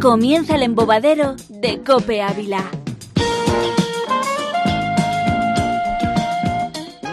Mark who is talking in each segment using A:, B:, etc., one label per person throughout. A: Comienza el embobadero de Cope Ávila.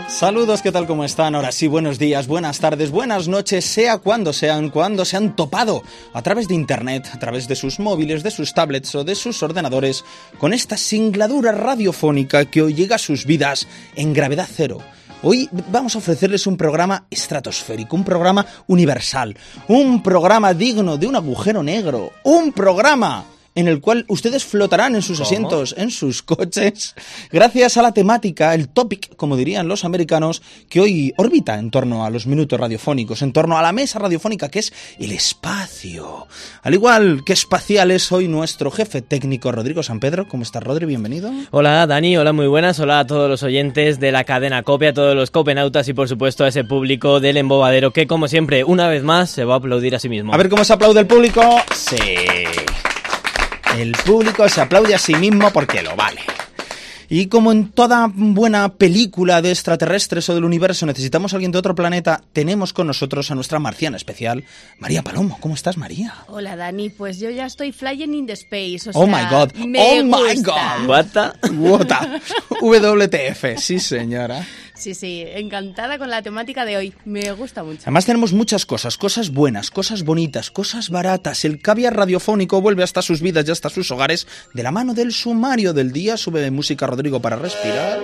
B: Saludos, ¿qué tal? ¿Cómo están? Ahora sí, buenos días, buenas tardes, buenas noches, sea cuando sean, cuando se han topado a través de Internet, a través de sus móviles, de sus tablets o de sus ordenadores, con esta singladura radiofónica que hoy llega a sus vidas en gravedad cero. Hoy vamos a ofrecerles un programa estratosférico, un programa universal, un programa digno de un agujero negro, un programa en el cual ustedes flotarán en sus asientos, en sus coches, gracias a la temática, el topic, como dirían los americanos, que hoy orbita en torno a los minutos radiofónicos, en torno a la mesa radiofónica, que es el espacio. Al igual que espacial es hoy nuestro jefe técnico, Rodrigo San Pedro. ¿Cómo estás, Rodri? Bienvenido.
C: Hola Dani, hola muy buenas, hola a todos los oyentes de la cadena Cope, a todos los copenautas y por supuesto a ese público del embobadero que como siempre, una vez más, se va a aplaudir a sí mismo.
B: A ver cómo se aplaude el público. Sí. El público se aplaude a sí mismo porque lo vale. Y como en toda buena película de extraterrestres o del universo necesitamos a alguien de otro planeta, tenemos con nosotros a nuestra marciana especial, María Palomo. ¿Cómo estás, María?
D: Hola Dani, pues yo ya estoy flying in the space. O
B: oh
D: sea,
B: my god,
D: me
B: oh my
D: gusta.
B: god.
C: What the-
B: Guota. WTF, sí señora.
D: Sí, sí, encantada con la temática de hoy. Me gusta mucho.
B: Además tenemos muchas cosas, cosas buenas, cosas bonitas, cosas baratas. El caviar radiofónico vuelve hasta sus vidas y hasta sus hogares de la mano del sumario del día. Sube de música Rodrigo para respirar.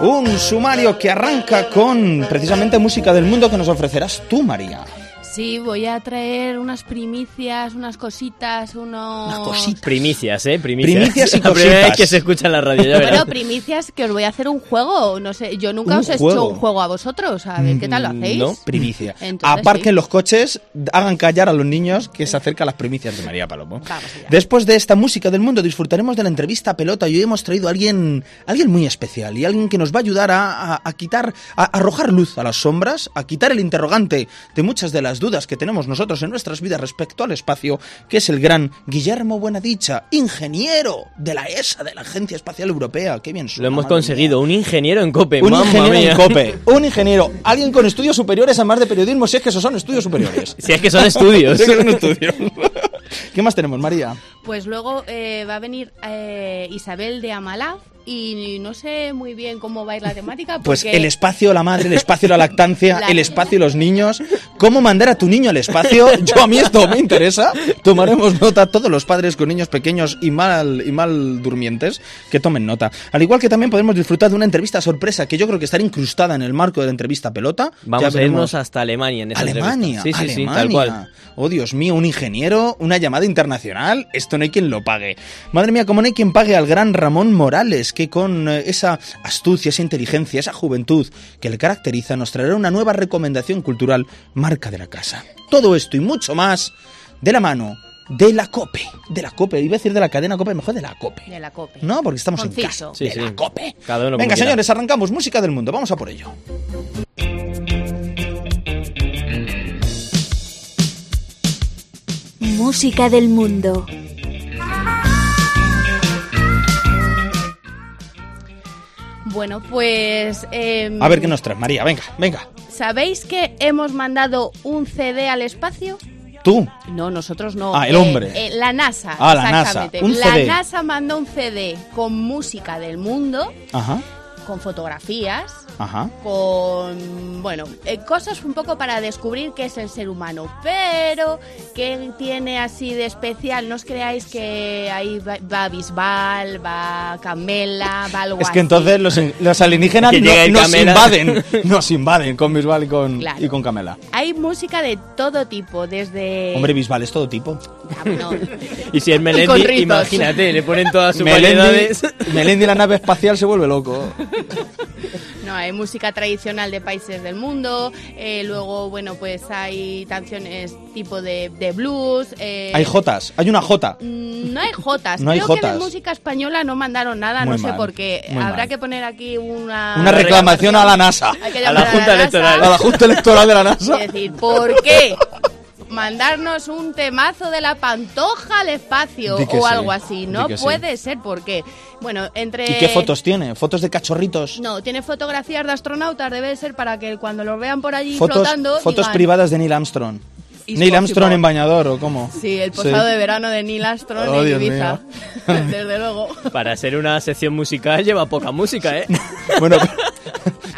B: Un sumario que arranca con precisamente música del mundo que nos ofrecerás tú, María.
D: Sí, voy a traer unas primicias, unas cositas, unos...
B: Una cosita.
C: Primicias, ¿eh? Primicias.
B: Primicias y
C: la primera
B: cositas.
C: vez que se escucha en la radio, ya verás.
D: Bueno, primicias que os voy a hacer un juego. No sé, yo nunca
B: ¿Un
D: os he
B: juego?
D: hecho un juego a vosotros. A ver, ¿qué tal lo
C: Mm,
D: hacéis?
C: no.
B: Primicia.
D: Entonces,
B: Aparquen
D: sí.
B: los coches, hagan callar a los niños que se acercan las primicias de María Palomo.
D: Vamos allá.
B: Después de esta música del mundo disfrutaremos de la entrevista a pelota y hoy hemos traído a alguien, alguien muy especial y alguien que nos va a ayudar a, a- a quitar, a arrojar luz a las sombras, a quitar el interrogante de muchas de las dudas que tenemos nosotros en nuestras vidas respecto al espacio, que es el gran Guillermo Buenadicha, ingeniero de la ESA, de la Agencia Espacial Europea. Qué bien suena,
C: Lo hemos
B: madre mía.
C: conseguido, un ingeniero en Cope,
B: Un
C: mamma
B: ingeniero
C: mía.
B: en COPE, un ingeniero, alguien con estudios superiores además de periodismo, si es que esos son estudios superiores.
C: Si es que son estudios.
B: Si es que son estudios. ¿Qué más tenemos, María?
D: Pues luego eh, va a venir eh, Isabel de Amalá y no sé muy bien cómo va a ir la temática. Porque...
B: Pues el espacio, la madre, el espacio, la lactancia,
D: La-
B: el espacio y los niños. ¿Cómo mandar a tu niño al espacio? Yo a mí esto me interesa. Tomaremos nota todos los padres con niños pequeños y mal, y mal durmientes que tomen nota. Al igual que también podemos disfrutar de una entrevista sorpresa que yo creo que estará incrustada en el marco de la entrevista pelota. Ya
C: Vamos a
B: veremos.
C: irnos hasta Alemania en esta
B: Alemania,
C: entrevista. Sí, sí,
B: Alemania.
C: sí, tal cual.
B: Oh, Dios mío, un ingeniero, una llamada internacional, esto no hay quien lo pague. Madre mía, cómo no hay quien pague al gran Ramón Morales, que con eh, esa astucia, esa inteligencia, esa juventud que le caracteriza, nos traerá una nueva recomendación cultural, marca de la casa. Todo esto y mucho más de la mano de la COPE, de la COPE, iba a decir de la cadena COPE, mejor de la COPE.
D: De la COPE.
B: No, porque estamos en
D: Conciso.
B: casa.
C: Sí,
B: de
C: sí.
B: la COPE.
C: Cada uno como
B: Venga,
C: quiera.
B: señores, arrancamos. Música del mundo. Vamos a por ello.
A: Música del mundo.
D: Bueno, pues... eh,
B: A ver qué nos traes, María. Venga, venga.
D: ¿Sabéis que hemos mandado un CD al espacio?
B: Tú,
D: No, nosotros no.
B: Ah, el
D: Eh,
B: hombre.
D: eh, la NASA.
B: Ah, la NASA.
D: exactamente.
B: Un
D: la
B: CD.
D: NASA mandó un CD con música del mundo,
B: Ajá,
D: con fotografías,
B: ajá.
D: con, bueno, eh, cosas un poco para descubrir qué es el ser humano. Pero, ¿qué tiene así de especial? No os creáis que ahí va, va Bisbal, va Camela, va algo
B: Es que
D: así.
B: entonces los, los alienígenas
C: Que
B: no-
C: llega el
B: nos
C: Camela.
B: invaden. Nos invaden con Bisbal y con,
D: Claro.
B: y con Camela.
D: Hay música de todo tipo, desde...
B: Hombre, Bisbal es todo tipo.
D: Ah, bueno,
C: Y si es
D: con
C: Melendi,
D: rizos.
C: imagínate, le ponen todas sus
B: Melendi,
C: variedades.
B: Melendi la nave espacial se vuelve loco.
D: No, hay música tradicional de países del mundo, eh, luego, bueno, pues hay canciones tipo de, de blues. eh,
B: Hay jotas, hay una jota.
D: mm, No hay jotas.
B: No hay
D: Creo que
B: jotas.
D: de música española no mandaron nada,
B: Muy
D: no sé
B: mal,
D: por qué.
B: muy
D: Habrá
B: mal.
D: que poner aquí una...
B: Una reclamación a la NASA.
D: Ah. Hay que Este
C: a la
D: llamar
C: Junta
D: NASA
B: A
C: Electoral.
B: la Junta Electoral de la NASA.
D: Y decir, ¿por qué? Mandarnos un temazo de la pantoja al espacio
B: Di que
D: o
B: sí,
D: algo así.
B: di
D: No
B: que sí.
D: puede ser, ¿por qué? Bueno, entre...
B: ¿Y qué fotos tiene? ¿Fotos de cachorritos?
D: No, tiene fotografías de astronautas, debe ser para que cuando los vean por allí
B: fotos
D: flotando.
B: fotos
D: digan,
B: privadas de Neil Armstrong.
D: is
B: Neil Armstrong
D: possible.
B: en bañador o cómo.
D: Sí, el posado de verano de Neil Armstrong
B: Oh,
D: en
B: Dios
D: Ibiza.
B: mío.
D: Desde luego.
C: Para ser una sección musical lleva poca música, ¿eh?
B: Bueno,
D: ver.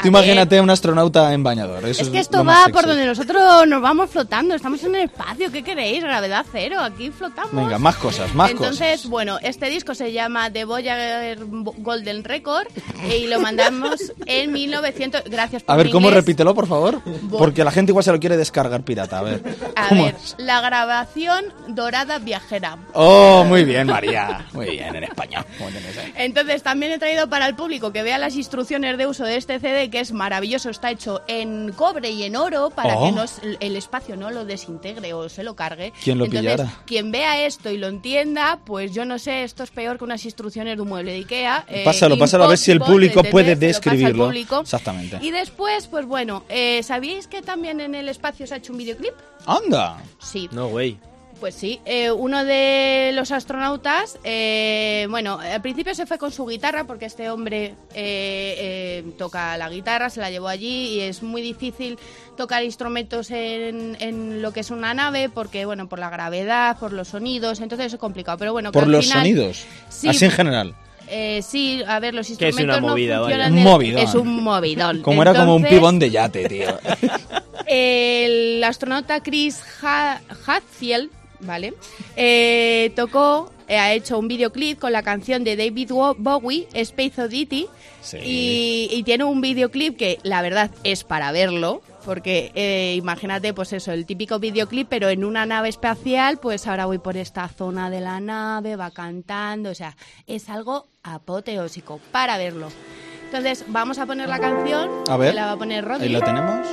B: tú imagínate a un astronauta en bañador. Eso
D: Es que
B: lo
D: esto
B: más
D: va por
B: sexy.
D: donde nosotros nos vamos flotando. Estamos en el espacio. ¿Qué queréis? Gravedad cero. Aquí flotamos.
B: Venga, más cosas, más
D: Entonces,
B: cosas.
D: bueno, este disco se llama The Voyager Golden Record y lo mandamos en 1900. Gracias por
B: A ver,
D: mi
B: ¿cómo
D: inglés.
B: repítelo, por favor? Porque la gente igual se lo quiere descargar pirata. A ver.
D: A
B: ¿Cómo
D: ver,
B: es?
D: la grabación dorada viajera.
B: Oh, muy bien, María. Muy bien, en español. Muy bien, ese.
D: Entonces, también he traído para el público que vea las instrucciones de uso de este CD, que es maravilloso, está hecho en cobre y en oro para
B: Oh.
D: que no, s- el espacio no lo desintegre o se lo cargue.
B: ¿Quién lo
D: Entonces,
B: pillara?
D: quien vea esto y lo entienda, pues yo no sé, esto es peor que unas instrucciones de un mueble de Ikea. eh,
B: Pásalo, pásalo, a ver si el
D: imposible
B: público
D: de
B: puede
D: entender, se lo pasa al
B: describirlo.
D: público.
B: Exactamente.
D: Y después, pues bueno, eh, ¿sabíais que también en el espacio se ha hecho un videoclip?
B: Anda.
D: Sí,
C: No, güey.
D: pues sí, eh, uno de los astronautas, eh, bueno, al principio se fue con su guitarra porque este hombre eh, eh, toca la guitarra, se la llevó allí y es muy difícil tocar instrumentos en, en lo que es una nave porque, bueno, por la gravedad, por los sonidos, entonces es complicado. Pero bueno, que
B: Por
D: al
B: los
D: final,
B: sonidos.
D: Sí.
B: Así en general.
D: eh, sí, a ver, los
C: Que es
D: instrumentos
C: una movida,
D: no
C: vaya.
D: funcionan.
B: Un
D: del-
B: movidón.
D: Es un movidón.
B: Como era como un
D: Entonces,
B: pibón de yate, tío.
D: el astronauta Chris Ha- Hadfield, ¿vale? Eh, tocó, eh, ha hecho un videoclip con la canción de David Wo- Bowie, Space Oddity,
B: Sí.
D: y, y tiene un videoclip que la verdad es para verlo. Porque eh, imagínate, pues eso, el típico videoclip, pero en una nave espacial, pues ahora voy por esta zona de la nave, va cantando, o sea, es algo apoteósico para verlo. Entonces, vamos a poner la canción,
B: A ver.
D: que la va a poner Rodri.
B: Ahí la tenemos.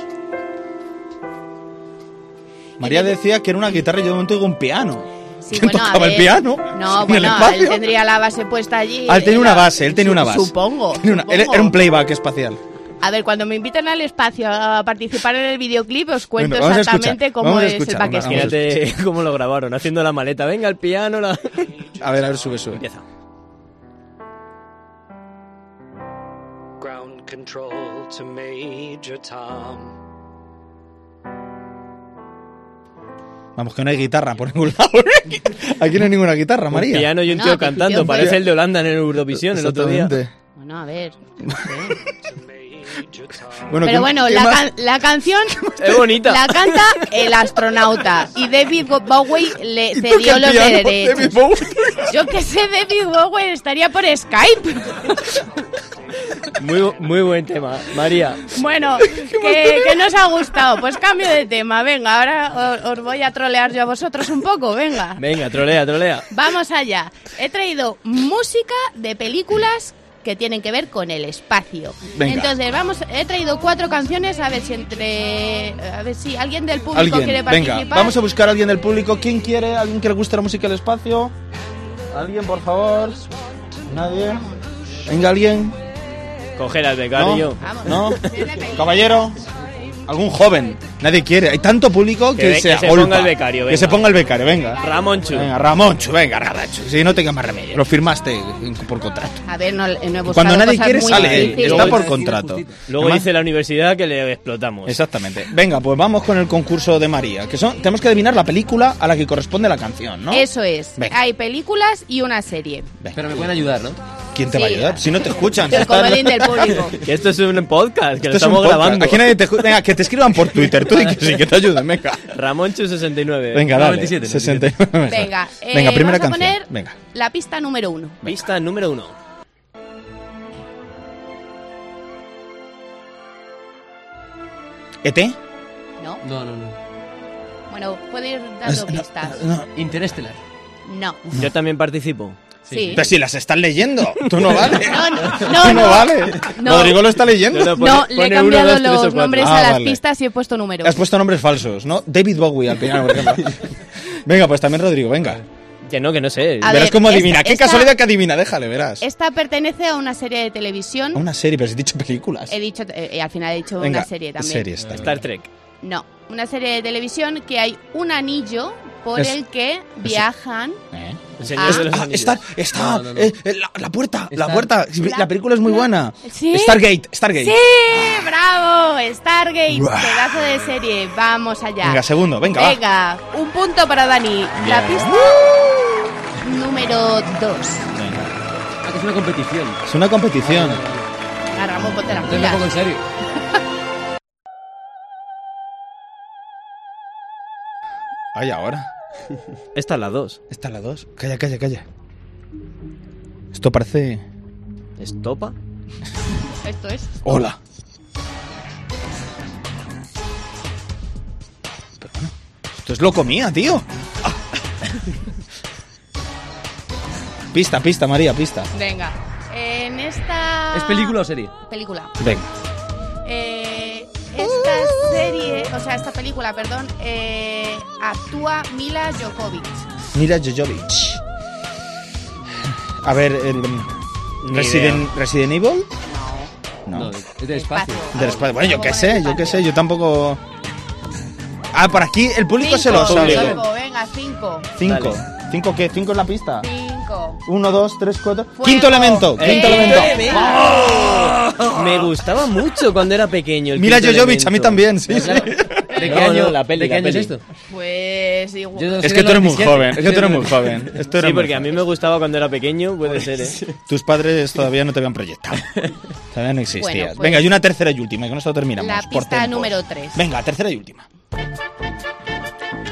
B: María decía que era una guitarra y yo de momento digo un piano.
D: Sí,
B: ¿Quién
D: bueno, a
B: tocaba el
D: ver.
B: piano?
D: No,
B: ¿En el
D: bueno,
B: espacio?
D: él tendría la base puesta allí.
B: Ah, él tenía una
D: Era-
B: base, él tenía una
D: su-
B: base.
D: Supongo.
B: Era, una- era-
D: supongo.
B: era un playback espacial.
D: A ver, cuando me invitan al espacio a participar en el videoclip, os cuento
B: Bueno, vamos a
D: exactamente
B: escuchar,
D: cómo
B: vamos a
D: es el
B: escuchar,
D: paquete.
B: vamos a escuchar.
C: Imagínate cómo lo grabaron, haciendo la maleta. Venga, el piano, la...
B: A ver, a ver, sube, sube.
C: Empieza.
E: Ground control to Major Tom.
B: Vamos, que no hay guitarra por ningún lado. Aquí no hay ninguna guitarra, María.
C: Un piano y un
D: No,
C: tío
D: que
C: cantando.
D: afición.
C: Parece el de Holanda en el Eurovisión el otro día.
B: Exactamente.
D: Bueno, a ver. no sé.
E: Major Tom.
B: Bueno,
D: Pero
B: ¿qué-
D: bueno,
B: qué
D: la,
B: más?
D: can- la canción
C: Es bonita.
D: la canta el astronauta y David Bowie le
B: Y
D: cedió
B: toca el
D: los
B: piano,
D: derechos.
B: David Bowie.
D: Yo que sé, David Bowie estaría por Skype.
C: Muy, bu- muy buen tema. María,
D: Bueno, que, que nos ha gustado. Pues cambio de tema. Venga, ahora o- os, voy a trolear yo a vosotros un poco. Venga.
C: venga, trolea, trolea.
D: Vamos allá. He traído música de películas que tienen que ver con el espacio.
B: Venga.
D: Entonces, vamos, he traído cuatro canciones a ver si entre a ver si alguien del público quiere
B: Alguien,
D: participar.
B: venga, vamos a buscar a alguien del público. ¿Quién quiere? ¿Alguien que le guste la música del espacio? ¿Alguien, por favor? ¿Nadie? ¿Venga, alguien?
C: Coger al becario.
D: Vamos.
B: ¿No?
D: Sí, la caí.
B: ¿Caballero? ¿Algún joven? Nadie quiere. Hay tanto público que,
C: Que ve-
B: se
C: que se
B: agolpa.
C: ponga el becario,
B: Que se
C: venga.
B: ponga el becario, venga.
C: Ramón Chu.
B: Venga, Ramoncho, venga, Ramoncho. Si no tengas más remedio. Lo firmaste en- por contrato.
D: A ver, no, no he buscado
B: Cuando nadie
D: cosas
B: quiere
D: muy
B: sale él.
D: difíciles.
B: Está por
C: Luego-
B: contrato.
C: Luego
B: Además-
C: dice la universidad que le explotamos.
B: Exactamente. Venga, pues vamos con el concurso de María. Que son, tenemos que adivinar la película a la que corresponde la canción, ¿no?
D: Eso es.
B: Venga.
D: Hay películas y una serie.
B: Venga.
F: Pero me pueden ayudar, ¿no?
B: ¿Quién te va a
D: Sí.
B: ayudar? Si no te escuchan. si
D: El
B: estás-
D: comodín del público.
C: Que esto es un podcast, que lo
B: Esto es un
C: estamos
B: podcast.
C: grabando.
B: Aquí nadie te escu- Venga, que te escriban por Twitter. Tú di que sí, que te ayuden. Venga.
C: Ramón Chu 69.
B: Venga, dale.
F: 97,
B: 69.
D: Venga, eh,
B: Venga, primera
D: vamos
B: canción.
D: a poner
B: Venga.
D: la pista número uno.
C: Pista número uno.
B: ¿ET?
D: ¿No?
F: No, no, no.
D: Bueno, puedes ir dando pistas.
B: No.
F: Interestelar.
D: No.
C: Yo también participo.
D: Sí.
B: Pero si las estás leyendo. Tú no vale.
D: No, no,
B: Tú
D: no.
B: Pues no vale.
D: No.
B: Rodrigo lo está leyendo.
C: No, no.
D: No,
C: Pone-
D: le he
C: pone
D: cambiado
C: uno, dos, tres o
D: los
C: cuatro.
D: nombres
B: Ah,
D: a las
B: vale.
D: pistas y he puesto números.
B: Has puesto nombres falsos, ¿no? David Bowie al piano, por ejemplo. Venga, pues también Rodrigo, venga.
C: Que no, que no sé.
D: A
B: verás
D: ver,
B: cómo
D: esta-
B: adivina. Qué
D: esta-
B: casualidad que adivina, déjale, verás.
D: Esta pertenece a una serie de televisión.
B: A pues- una serie, pero si he dicho películas.
D: He dicho, eh, eh, al final he dicho
B: Venga,
D: una serie también.
B: Series, también.
C: Star Trek.
D: No, una serie de televisión que hay un anillo por
B: Es-
D: el que viajan.
B: ¿Eh?
C: El Señor
D: Ah.
C: de los
B: Ah,
C: Anillos.
B: está, está,
C: No, no, no.
B: eh, eh, la, la puerta, la
C: Está-
B: puerta. La, película es muy buena.
D: Sí.
B: Stargate, Stargate.
D: ¡Sí! ¡Bravo! Stargate,
B: Buah.
D: pedazo de serie. Vamos allá.
B: Venga, segundo, venga, va.
D: Venga, un punto para Dani. La
B: Bien. Uh.
D: pista número 2.
B: Venga.
F: Ah, que es una competición.
B: Es una competición.
D: A Ramón, ponte las
F: Entonces me pongo en
D: pilas.
F: serio.
B: Ay, ahora.
C: Esta es la 2.
B: Esta es la dos. Calla, calla, calla. Esto parece.
C: ¿Estopa?
D: Esto es.
B: Hola. Pero bueno, esto es loco mía, tío. Ah. Pista, pista, María, pista.
D: Venga. En
C: Ah.
D: esta.
F: ¿Es película o serie?
D: Película.
B: Venga.
D: Eh,
B: Uh.
D: esta serie, o sea, esta película, perdón, eh, actúa Mila Jokovic.
B: Mira Jojovic. A ver, el. mm,
C: Ni
B: Resident, Resident Evil? No.
C: Ah.
F: es del espacio.
B: Del espacio. Bueno, yo
D: Algo
B: qué
D: con
B: sé,
D: el
B: yo qué sé,
D: espacio.
B: yo tampoco. Ah, por aquí el público se lo
D: Cinco,
B: sabe.
D: cinco, venga, cinco.
B: Cinco. ¿Cinco qué? ¿Cinco en la pista?
D: Cinco.
B: Uno, dos, tres, cuatro.
D: Fuego.
B: Quinto elemento, quinto
D: Eh,
B: elemento.
C: Me gustaba mucho cuando era pequeño. el
B: Mira
C: Quinto
B: Jojovic, a mí
C: Elemento.
B: también, sí.
F: Pero claro, ¿De qué
C: No,
F: año,
C: no, la peli,
F: ¿de qué
C: la
F: año es
C: peli.
F: esto?
D: Pues igual.
F: Yo soy
B: Es que
F: del
B: tú eres muy
F: 97.
B: joven, es que tú eres muy
F: Yo
B: joven. Esto era
C: Sí,
B: muy
C: porque a mí
B: joven.
C: me gustaba cuando era pequeño, puede ser, ¿eh?
B: Tus padres todavía no te habían proyectado. todavía no existías.
D: Bueno, pues-
B: Venga, y una tercera y última, y con esto terminamos.
D: La
B: por
D: pista
B: tiempos.
D: número tres.
B: Venga, tercera y última.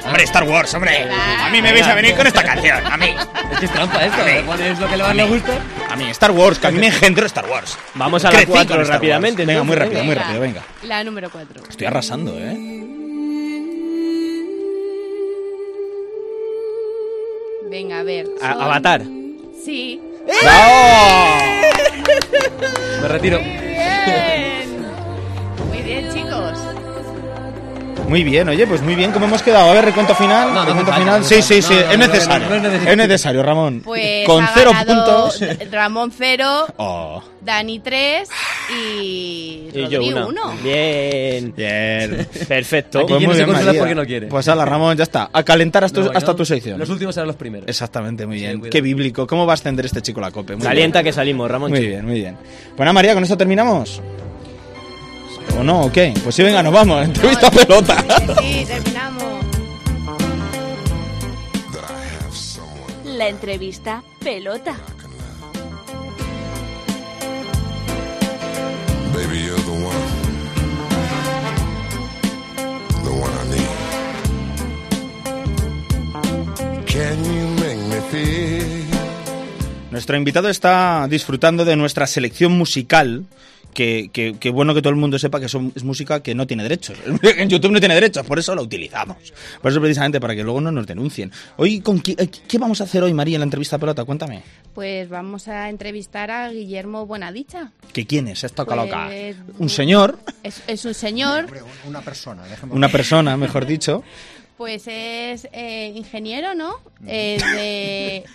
B: Hombre, Star Wars, hombre. A mí me vais a venir con esta canción. A mí.
F: Es que es trampa esto.
B: Vale.
F: ¿cuál es lo que le más le gusta?
B: A mí, Star Wars, que a mí me engendró Star Wars.
C: Vamos a la
B: Crecí con
C: 4
B: Star Wars.
C: rápidamente.
B: Venga,
C: entonces,
B: muy rápido, muy rápido, venga.
D: La número cuatro.
B: Estoy arrasando, ¿eh?
D: Venga, a ver.
C: A-
D: son-
C: Avatar.
D: Sí. ¡Eh!
F: Me retiro.
D: Bien. Muy bien, chicos.
B: Muy bien, oye, pues muy bien, ¿cómo hemos quedado? A ver, recuento final.
F: No, no
B: recuento
F: hace falta,
B: final.
F: no hace
B: Sí, sí,
F: falta. No,
B: sí,
F: no, no,
B: es
F: no, no, no,
B: necesario.
F: no es necesario.
B: es necesario, Ramón.
D: Pues
B: Con
D: ha
B: cero
D: ganado
B: puntos.
D: D- Ramón cero,
B: Oh,
D: Dani tres y,
C: Y yo
D: Rodri
C: una.
D: uno.
C: Bien.
B: bien.
C: Perfecto.
F: Aquí- quien
B: Pues muy
F: se
B: bien,
F: consola
B: María.
F: porque no quiere.
B: Pues ala, Ramón, ya está. A calentar hasta,
F: No, yo-
B: hasta tu sección.
F: Los últimos serán los primeros.
B: Exactamente, muy bien.
F: cuidado.
B: Qué bíblico. ¿Cómo va a ascender este chico la cope? Muy bien.
C: Calienta que salimos, Ramón.
B: Muy bien, muy bien. Bueno, María, ¿con esto terminamos? ¿O no? ¿O qué? Pues sí, venga, nos vamos. Entrevista a pelota.
D: Sí, terminamos.
A: La entrevista pelota.
G: Baby, you're the one. The one I need. Can you make me feel?
B: Nuestro invitado está disfrutando de nuestra selección musical. Que, que- que bueno que todo el mundo sepa que son- es música que no tiene derechos. En YouTube no tiene derechos, por eso la utilizamos. Por eso precisamente para que luego no nos denuncien. Hoy con qui- eh, qué vamos a hacer hoy, María, en la entrevista pelota? Cuéntame.
D: Pues vamos a entrevistar a Guillermo Buenadicha.
B: ¿Que quién es esta
D: Pues,
B: caloca? Un señor,
D: Es, es un señor,
H: Una persona, déjame.
B: una persona, mejor dicho.
D: pues es eh, ingeniero, ¿no? Eh, de...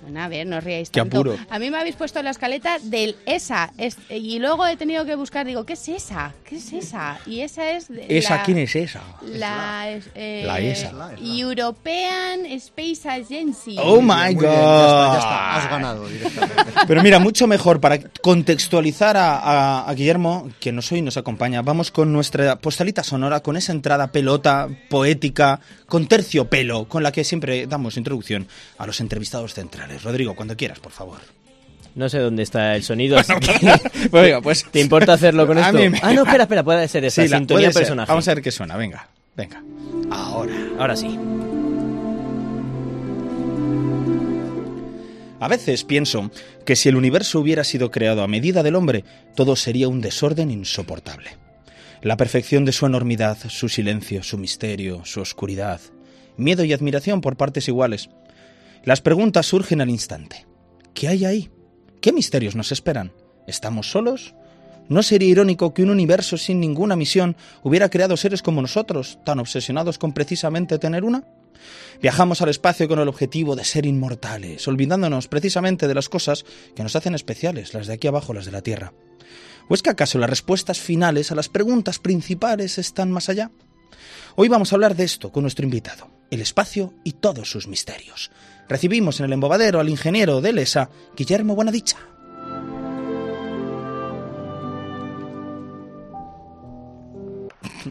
D: Bueno, a ver, no os riáis
B: Qué
D: tanto.
B: apuro.
D: A mí me habéis puesto en la escaleta del ESA. es- y luego he tenido que buscar, digo, ¿qué es ESA? ¿Qué es ESA? Y esa es... de- la-
B: es esa?
D: La, es- eh,
B: La ESA.
D: European Space Agency.
B: Oh
H: Muy
B: my
H: bien, ya está, ya está.
B: god.
H: Has ganado directamente.
B: Pero mira, mucho mejor para contextualizar a, a- a Guillermo, que nos hoy nos acompaña. Vamos con nuestra postalita sonora, con esa entrada pelota, poética, con terciopelo, con la que siempre damos introducción a los entrevistados centrales. Rodrigo, cuando quieras, por favor.
C: No sé dónde está el sonido. así que-
B: venga, pues-
C: ¿Te importa hacerlo con
B: A
C: esto?
B: mí me-
C: Ah, no, espera, espera, puede ser esa.
B: la-
C: sintonía
B: puede ser.
C: personaje.
B: Vamos a ver qué suena, venga. Venga. Ahora.
C: Ahora sí.
B: A veces pienso que si el universo hubiera sido creado a medida del hombre, todo sería un desorden insoportable. La perfección de su enormidad, su silencio, su misterio, su oscuridad, miedo y admiración por partes iguales. Las preguntas surgen al instante. ¿Qué hay ahí? ¿Qué misterios nos esperan? ¿Estamos solos? ¿No sería irónico que un universo sin ninguna misión hubiera creado seres como nosotros, tan obsesionados con precisamente tener una? Viajamos al espacio con el objetivo de ser inmortales, olvidándonos precisamente de las cosas que nos hacen especiales, las de aquí abajo, las de la Tierra. ¿O es que acaso las respuestas finales a las preguntas principales están más allá? Hoy vamos a hablar de esto con nuestro invitado. el espacio y todos sus misterios. Recibimos en el embobadero al ingeniero de ESA, Guillermo Buenadicha.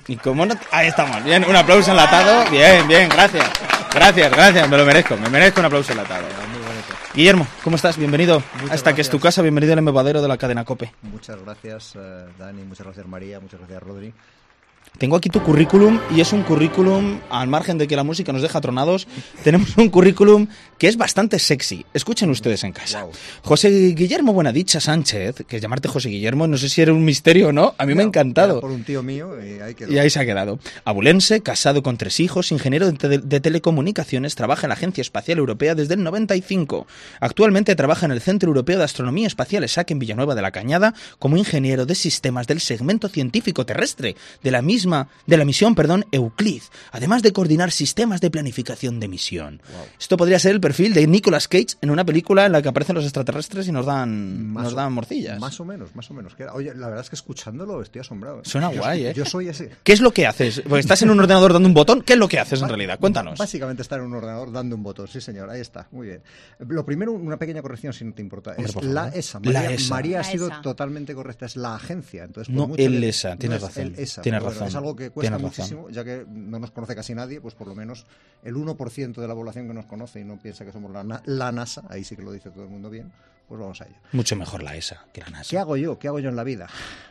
B: Y como no- Ahí estamos, bien, un aplauso enlatado. Bien, bien, gracias. Gracias, gracias, me lo merezco, me merezco un aplauso enlatado. Guillermo, ¿cómo estás? Bienvenido
H: Muchas
B: a esta que es tu
H: gracias.
B: casa, bienvenido al embobadero de la cadena COPE.
H: Muchas gracias, eh, Dani, muchas gracias, María, muchas gracias, Rodri.
B: Tengo aquí tu currículum y es un currículum, al margen de que la música nos deja tronados, tenemos un currículum que es bastante sexy. Escuchen ustedes en casa.
H: Guau.
B: José Guillermo Buenadicha Sánchez, que llamarte José Guillermo no sé si era un misterio o no, a mí me
H: Claro,
B: ha encantado.
H: era Por un tío mío, eh, y ahí quedó.
B: Y ahí se ha quedado. Abulense, casado con tres hijos, ingeniero de, te- de telecomunicaciones, trabaja en la Agencia Espacial Europea desde el 95. Actualmente trabaja en el Centro Europeo de Astronomía Espacial ESAC en Villanueva de la Cañada como ingeniero de sistemas del segmento científico terrestre de la misma de la misión, perdón, Euclid, además de coordinar sistemas de planificación de misión. Esto podría ser el perfil de Nicolas Cage en una película en la que aparecen los extraterrestres y nos dan
H: Más
B: nos
H: o-
B: dan morcillas.
H: Más o menos, más o menos. Que era- Oye, la verdad es que escuchándolo estoy asombrado. ¿eh?
B: Suena
H: Yo-
B: guay, ¿eh?
H: Yo soy ese.
B: ¿Qué es lo que haces? Porque estás en un ordenador dando un botón, ¿qué es lo que haces en realidad? Cuéntanos.
H: Básicamente estar en un ordenador dando un botón, sí señor, ahí está, muy bien. Lo primero, una pequeña corrección si no te importa.
B: Hombre,
H: es
B: por
H: la
B: favor. ¿eh?
H: ESA.
B: La
H: María,
B: ESA.
H: María ha
D: La
H: sido
D: ESA.
H: totalmente correcta, es la agencia. Entonces, por
B: No
H: mucho
B: el
H: que-
B: ESA, tienes
H: es el
B: razón,
H: ESA,
B: tienes
H: pero
B: razón,
H: Es algo que cuesta
B: tienes razón.
H: muchísimo, ya que no nos conoce casi nadie, pues por lo menos el 1% de la población que nos conoce y no piensa que somos la, na- la NASA, ahí sí que lo dice todo el mundo bien, pues vamos a ello.
B: Mucho mejor la ESA que la
H: ¿Qué
B: NASA.
H: hago yo? ¿Qué hago yo en la vida?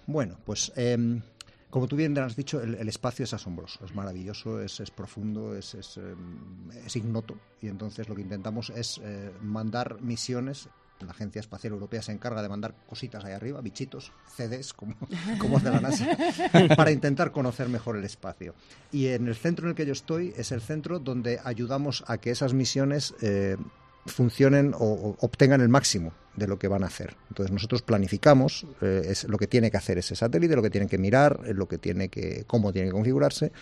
H: Bueno, pues em, como tú bien has dicho, el, el espacio es asombroso, es maravilloso, es, es profundo, es, es, em, es ignoto. Y entonces lo que intentamos es eh, mandar misiones. La Agencia Espacial Europea se encarga de mandar cositas ahí arriba, bichitos, CDs, como, como es de la NASA, para intentar conocer mejor el espacio. Y en el centro en el que yo estoy es el centro donde ayudamos a que esas misiones eh, funcionen o, o obtengan el máximo de lo que van a hacer. Entonces nosotros planificamos eh, es lo que tiene que hacer ese satélite, lo que tiene que mirar, eh, lo que tiene que, cómo tiene que configurarse.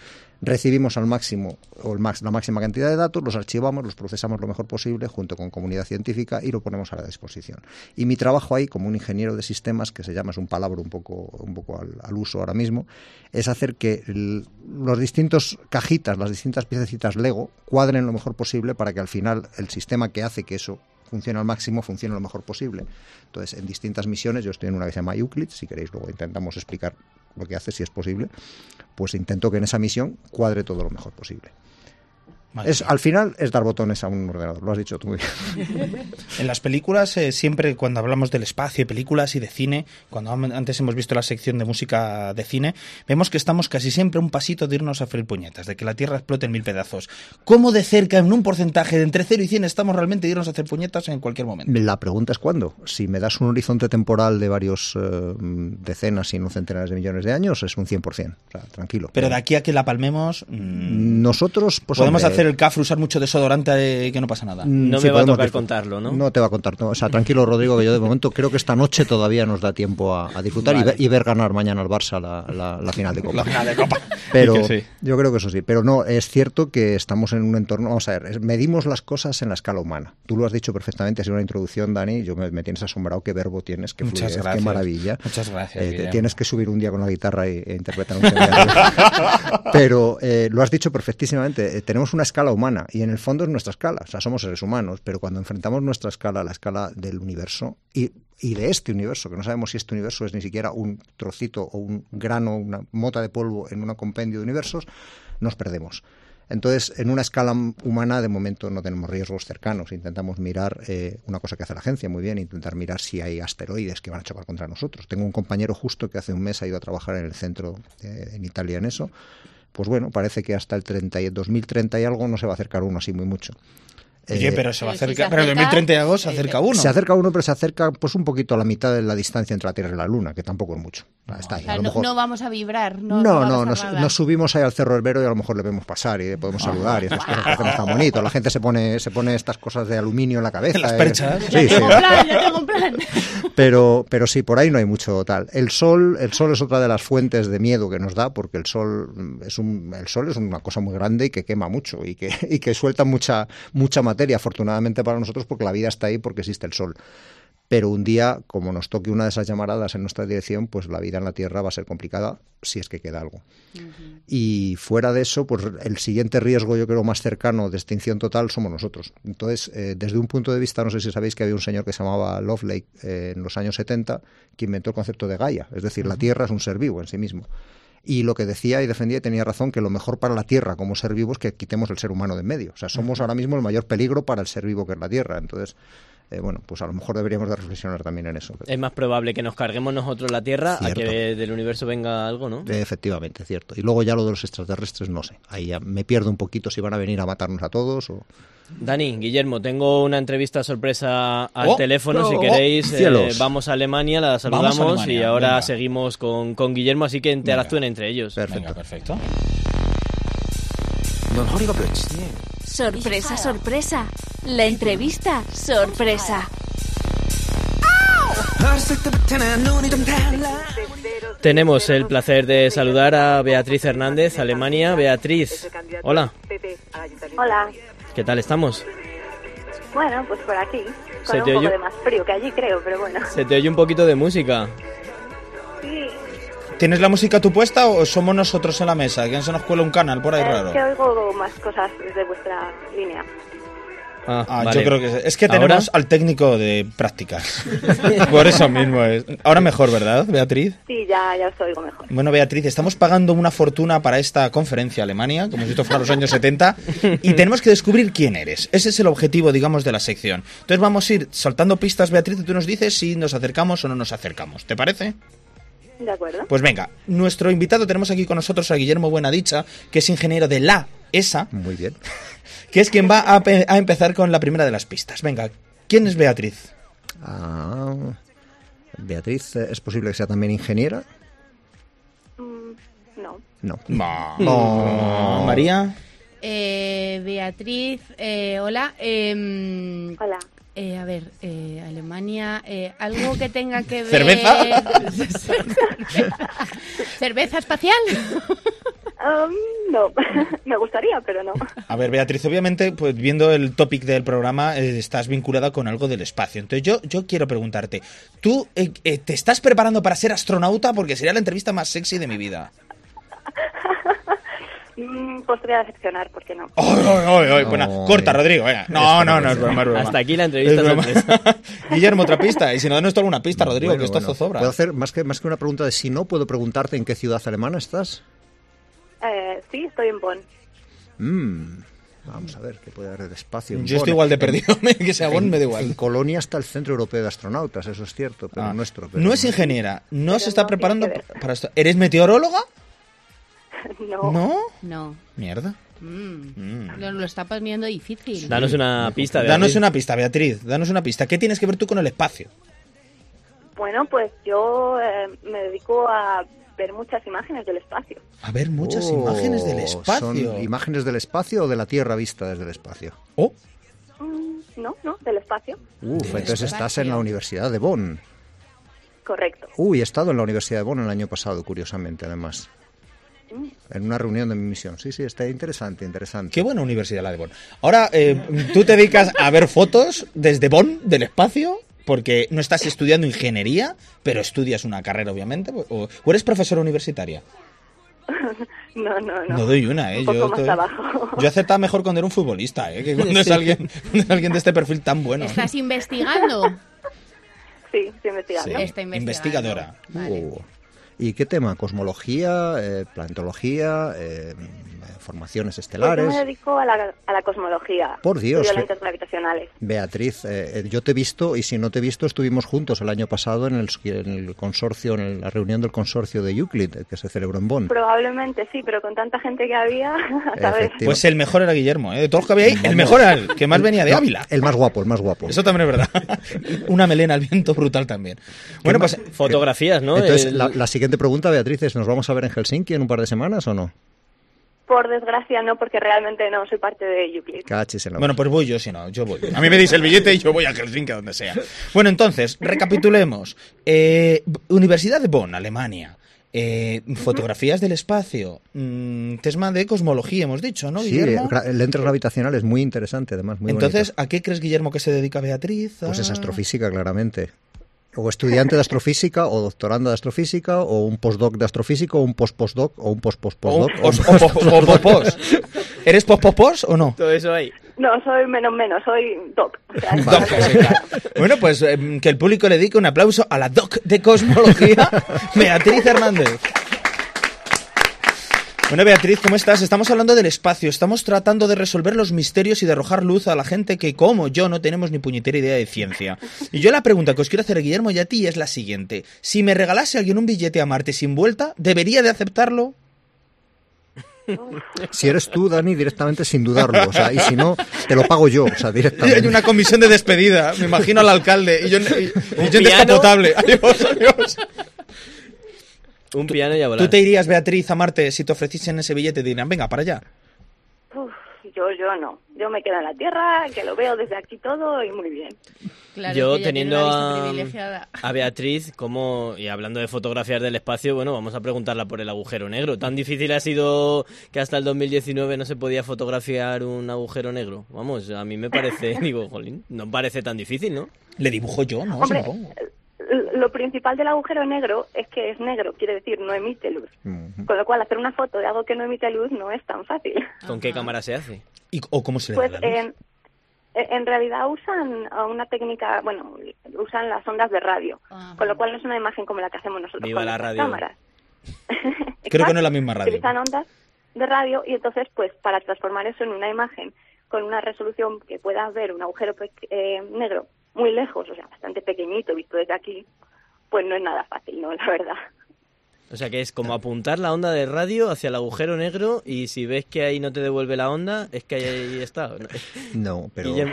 H: Recibimos al máximo o el max- la máxima cantidad de datos, los archivamos, los procesamos lo mejor posible junto con comunidad científica y lo ponemos a la disposición. Y mi trabajo ahí como un ingeniero de sistemas, que se llama, es un palabra un poco, un poco al, al uso ahora mismo, es hacer que el- los distintos cajitas, las distintas piececitas Lego cuadren lo mejor posible para que al final el sistema que hace que eso funcione al máximo, funcione lo mejor posible. Entonces, en distintas misiones, yo estoy en una que se llama Euclid, si queréis luego intentamos explicar lo que hace, si es posible, pues intento que en esa misión cuadre todo lo mejor posible.
B: Madre
H: Es,
B: mía.
H: al final es dar botones a un ordenador, lo has dicho tú muy bien.
B: En las películas, eh, siempre cuando hablamos del espacio, y películas y de cine, cuando am- antes hemos visto la sección de música de cine, vemos que estamos casi siempre a un pasito de irnos a freír puñetas, de que la Tierra explote en mil pedazos. ¿Cómo de cerca, en un porcentaje de entre 0 y 100, estamos realmente de irnos a hacer puñetas en cualquier momento?
H: La pregunta es cuándo. Si me das un horizonte temporal de varios eh, decenas y no centenares de millones de años, es un 100%. O sea, tranquilo.
B: Pero de aquí a que la palmemos, mm,
H: Nosotros pues,
B: podemos
H: hombre,
B: hacer el cafre, usar mucho desodorante eh, que no pasa nada.
H: mm,
C: No me va a
H: podemos
C: tocar
H: disfrutar.
C: contarlo, ¿no?
H: No te va a contar. no. O sea, tranquilo, Rodrigo, que yo de momento creo que esta noche todavía nos da tiempo a, a disfrutar y
C: Vale.
H: ver- y, ver, ganar mañana al Barça la, la- la final de Copa.
B: La final de copa.
H: Pero
B: Y que sí.
H: yo creo que eso sí. Pero no, es cierto que estamos en un entorno. Vamos a ver, es- medimos las cosas en la escala humana. Tú lo has dicho perfectamente, ha sido una introducción, Dani. Yo me, me tienes asombrado qué verbo tienes, qué
B: Muchas
H: fluidez, qué
B: gracias.
H: maravilla.
B: Muchas gracias,
H: Eh, te-
B: Guillermo.
H: tienes que subir un día con la guitarra y- e interpretar un tema. pero eh, lo has dicho perfectísimamente. eh, tenemos una escala humana y en el fondo es nuestra escala. O sea, somos seres humanos, pero cuando enfrentamos nuestra escala a la escala del universo y, y de este universo, que no sabemos si este universo es ni siquiera un trocito o un grano, una mota de polvo en un compendio de universos, nos perdemos. Entonces, en una escala m- humana, de momento no tenemos riesgos cercanos. Intentamos mirar eh, una cosa que hace la agencia muy bien, intentar mirar si hay asteroides que van a chocar contra nosotros. Tengo un compañero justo que hace un mes ha ido a trabajar en el centro eh, en Italia en eso. Pues bueno, parece que hasta el 30 y 2030 y algo no se va a acercar uno así muy mucho.
B: Oye,
H: Eh,
B: pero se va a
D: pero si
B: acercar.
D: se
B: Pero el
D: acerca,
B: 2030 de agosto se
D: eh,
B: acerca uno.
H: se acerca uno, pero se acerca pues un poquito a la mitad de la distancia entre la Tierra y la Luna, que tampoco es mucho. Está ahí.
D: O
H: a
D: sea,
H: lo
D: no,
H: mejor-
D: no vamos a vibrar, no.
H: No,
D: va
H: no,
D: a pasar
H: nos,
D: nada. Ah.
H: nos subimos ahí al Cerro Herbero y a lo mejor le podemos pasar y le podemos saludar y estas cosas que hacemos tan bonito. La gente se pone, se pone estas cosas de aluminio en la cabeza.
B: Las
H: eh.
B: perchas.
D: Ya
H: Sí, sí.
D: tengo un plan, ya tengo un plan.
H: Pero, pero sí, por ahí no hay mucho tal. El sol, el sol es otra de las fuentes de miedo que nos da, porque el sol mm, es un, el sol es una cosa muy grande y que quema mucho y que, y que suelta mucha, mucha materia, afortunadamente para nosotros, porque la vida está ahí porque existe el sol. pero un día, como nos toque una de esas llamaradas en nuestra dirección, pues la vida en la Tierra va a ser complicada si es que queda algo. Y fuera de eso, pues el siguiente riesgo, yo creo, más cercano de extinción total somos nosotros. Entonces, eh, desde un punto de vista, no sé si sabéis que había un señor que se llamaba Lovelake eh, en los años 70 que inventó el concepto de Gaia, es decir, la Tierra es un ser vivo en sí mismo. Y lo que decía y defendía y tenía razón, que lo mejor para la Tierra como ser vivo es que quitemos el ser humano de en medio. O sea, somos ahora mismo el mayor peligro para el ser vivo que es la Tierra. Entonces, eh, bueno, pues a lo mejor deberíamos de reflexionar también en eso.
C: Es más probable que nos carguemos nosotros la Tierra a
H: Cierto.
C: que del universo venga algo, ¿no?
H: Eh, Efectivamente, cierto. Y luego ya lo de los extraterrestres, no sé. Ahí ya me pierdo un poquito si van a venir a matarnos a todos o...
C: Dani, Guillermo, tengo una entrevista sorpresa al
B: Oh,
C: teléfono. Si
B: oh,
C: queréis, eh,
H: cielos.
C: vamos a Alemania, la
B: a
C: saludamos y
B: Alemania,
C: ahora
B: venga.
C: seguimos con, con Guillermo, así que interactúen entre ellos.
H: Perfecto.
B: Venga, perfecto.
A: Sorpresa, sorpresa. La entrevista, sorpresa.
C: Tenemos el placer de saludar a Beatriz Hernández, Alemania. Beatriz, hola,
I: Hola.
C: ¿qué tal estamos?
I: Bueno, pues por aquí.
C: Se
I: Con un
C: te
I: poco
C: oyó-
I: de más frío que allí, creo, pero bueno.
C: Se te oye un poquito de música.
I: Sí,
B: ¿Tienes la música tú puesta o somos nosotros en la mesa? ¿Quién se nos cuela un canal por ahí
I: es
B: raro?
I: que oigo más cosas desde vuestra línea.
C: Ah,
B: Ah,
C: vale.
B: yo creo que es que
C: ¿Ahora?
B: tenemos al técnico de prácticas. Por eso mismo es. Ahora mejor, ¿verdad, Beatriz?
I: Sí, ya, ya os oigo mejor.
B: Bueno, Beatriz, estamos pagando una fortuna para esta conferencia a Alemania, como si esto fuera los años 70, y tenemos que descubrir quién eres. Ese es el objetivo, digamos, de la sección. Entonces vamos a ir soltando pistas, Beatriz, y tú nos dices si nos acercamos o no nos acercamos. ¿Te parece?
I: ¿De acuerdo?
B: Pues venga, nuestro invitado tenemos aquí con nosotros a Guillermo Buenadicha, que es ingeniero de la ESA,
H: Muy bien.
B: que es quien va a, pe- a empezar con la primera de las pistas. Venga, ¿quién es Beatriz?
H: Ah, Beatriz, eh, ¿es posible que sea también ingeniera?
I: Mm, no.
H: No.
B: Mm. No.
H: No.
B: María.
D: Eh, Beatriz, eh, hola. em,
I: Hola.
D: eh, a ver, eh, Alemania, eh, algo que tenga que ver.
B: ¿Cerveza?
D: ¿Cerveza espacial?
I: Um, no. Me gustaría, pero no.
B: A ver, Beatriz, obviamente, pues viendo el topic del programa, eh, estás vinculada con algo del espacio. Entonces yo, yo quiero preguntarte, ¿tú eh, eh, te estás preparando para ser astronauta? Porque sería la entrevista más sexy de mi vida.
I: Mm, pues te voy a decepcionar, ¿por qué no?
B: ¡Ay, ay, ay, ay! Bueno,
H: Ay.
B: corta, Rodrigo. venga. No, no, no, es broma, es broma.
C: Hasta aquí la
B: Es
C: entrevista
B: broma.
C: sorpresa.
B: Guillermo, otra pista. Y si no, danos tú alguna pista, Rodrigo,
H: Bueno,
B: que esto
H: bueno.
B: zozobra.
H: Puedo hacer más que, más que una pregunta de si no, puedo preguntarte en qué ciudad alemana estás.
I: Eh, sí, estoy en Bonn.
H: Mm, Vamos a ver, ¿qué puede haber del espacio?
B: Yo estoy igual de perdido que sea Bon,
H: En-
B: me da
H: En
B: igual.
H: Colonia está el Centro Europeo de Astronautas, eso es cierto, pero
B: Ah,
H: nuestro. pero
B: no es ingeniera, no
I: Pero
B: se está
I: no tiene
B: preparando
I: que ver.
B: pa- para esto. ¿Eres meteoróloga?
I: No.
B: No.
D: No.
B: Mierda.
D: Mm,
B: Mm.
D: lo, lo está poniendo difícil.
C: Danos una pista. Beatriz.
B: Danos una pista, Beatriz. Danos una pista. ¿Qué tienes que ver tú con el espacio?
I: Bueno, pues yo eh, me dedico a ver muchas imágenes del espacio.
B: A ver, muchas
H: Oh,
B: imágenes del espacio.
H: ¿Son imágenes del espacio o de la Tierra vista desde el espacio?
B: Oh,
I: Mm, no, no, del espacio.
H: Uf, Uh, entonces estás en la
D: espacio.
H: Universidad de Bonn.
I: Correcto.
H: Uy, he estado en la Universidad de Bonn el año pasado, curiosamente, además.
I: Mm.
H: En una reunión de mi misión. Sí, sí, está interesante, interesante.
B: qué buena universidad la de Bonn. Ahora, eh, tú te dedicas a ver fotos desde Bonn, del espacio, porque no estás estudiando ingeniería, pero estudias una carrera, obviamente. O, o eres profesora universitaria.
I: No, no, no.
B: No doy una, ¿eh?
I: Un poco
B: yo,
I: más
B: te-
I: abajo.
B: yo acertaba mejor cuando era un futbolista, ¿eh? Que cuando es alguien, cuando es alguien de este perfil tan bueno.
D: ¿Estás investigando?
I: Sí, estoy investigando.
B: Sí.
D: Está investigando.
B: Investigadora.
D: Vale.
H: Uh, ¿Y qué tema? Cosmología, eh, planetología, eh, formaciones
I: Pues yo
H: estelares.
I: me dedico a la, a la cosmología.
H: Por Dios, eh.
I: Estudio
H: que-
I: las intergravitacionales.
H: Beatriz, eh, eh, yo te he visto y si no te he visto estuvimos juntos el año pasado en el, en el consorcio, en la reunión del consorcio de Euclid eh, que se celebró en Bonn.
I: Probablemente sí, pero con tanta gente que había, a saber.
H: Efectivamente.
B: Pues el mejor era Guillermo, ¿eh? De todos los que había ahí, el mejor era el que más venía de
H: No,
B: Ávila.
H: El más guapo, el más guapo.
B: Eso también es verdad. Una melena al viento brutal también. Bueno, pues
C: Fotografías, ¿no?
H: Entonces,
C: El-
H: la, la siguiente pregunta, Beatriz, es ¿nos vamos a ver en Helsinki en un par de semanas o no?
I: Por desgracia no, porque realmente no soy parte de Euclid.
H: Cachis en la
B: Bueno, pues voy yo, si no, yo voy. A mí me deis el billete y yo voy a Helsinki, a donde sea. Bueno, entonces, recapitulemos. Eh, Universidad de Bonn, Alemania. Eh, fotografías del espacio. Mm, tema de cosmología, hemos dicho, ¿no,
H: sí,
B: Guillermo?
H: eh, cla- el lente gravitacional es muy interesante, además, muy
B: Entonces,
H: bonito.
B: ¿a qué crees, Guillermo, que se dedica Beatriz?
H: Pues es
B: Ah.
H: astrofísica, claramente. O estudiante de astrofísica, o doctorando de astrofísica, o un postdoc de astrofísica, o un post-postdoc, o un
B: O-
H: post-postpostdoc.
B: o- o- o- o- popos. ¿Eres popopos o no?
C: Todo eso ahí.
I: No, soy menos menos, soy doc. O sea,
B: Doc, sí, claro. Bueno, pues em, que el público le dedique un aplauso a la doc de cosmología, Beatriz Hernández. Bueno, Beatriz, ¿cómo estás? Estamos hablando del espacio, estamos tratando de resolver los misterios y de arrojar luz a la gente que, como yo, no tenemos ni puñetera idea de ciencia. Y yo la pregunta que os quiero hacer, Guillermo, y a ti es la siguiente. Si me regalase alguien un billete a Marte sin vuelta, ¿debería de aceptarlo?
H: Si eres tú, Dani, directamente sin dudarlo. O sea, y si no, te lo pago yo, o sea,
B: Y
H: directamente.
B: hay una comisión de despedida, me imagino al alcalde, y yo, y, y yo
C: piano?
B: en descapotable. Adiós, adiós.
C: Un piano y a volar.
B: ¿Tú te irías, Beatriz, a Marte si te ofreciesen ese billete? Dirían, venga, para allá.
I: uf, yo, yo no. Yo me quedo en la Tierra, que lo veo desde aquí todo y muy bien.
D: Claro,
C: Yo
D: es que ella tiene
C: teniendo
D: una vista
C: a,
D: privilegiada.
C: a Beatriz como y hablando de fotografías del espacio, bueno, vamos a preguntarla por el agujero negro. ¿Tan difícil ha sido que hasta el 2019 no se podía fotografiar un agujero negro? Vamos, a mí me parece, digo, jolín, no parece tan difícil, ¿no?
B: Le dibujo yo, ¿no?
I: Hombre, eh,
B: Supongo.
I: l- lo principal del agujero negro es que es negro, quiere decir no emite luz.
H: Ujú.
I: Con lo cual, hacer una foto de algo que no emite luz no es tan fácil.
C: ¿Con qué cámara se hace?
B: ¿Y, ¿O cómo se le
I: Pues
B: da la luz?
I: en, e, en realidad usan a una técnica, bueno, usan las ondas de radio,
D: Ajá.
I: con lo cual no es una imagen como la que hacemos nosotros
C: Viva
I: con
C: la
I: nuestras
C: radio.
I: cámaras.
B: Creo que no
I: Exacto.
B: es la misma radio.
I: Utilizan ondas de radio y entonces, pues, para transformar eso en una imagen con una resolución que puedas ver un agujero pe- eh, negro muy lejos, o sea, bastante pequeñito visto desde aquí, pues no es nada fácil, no, la verdad.
C: O sea que es como apuntar la onda de radio hacia el agujero negro y si ves que ahí no te devuelve la onda, es que ahí, ahí está. ¿no?
H: No, pero.
C: Guillermo.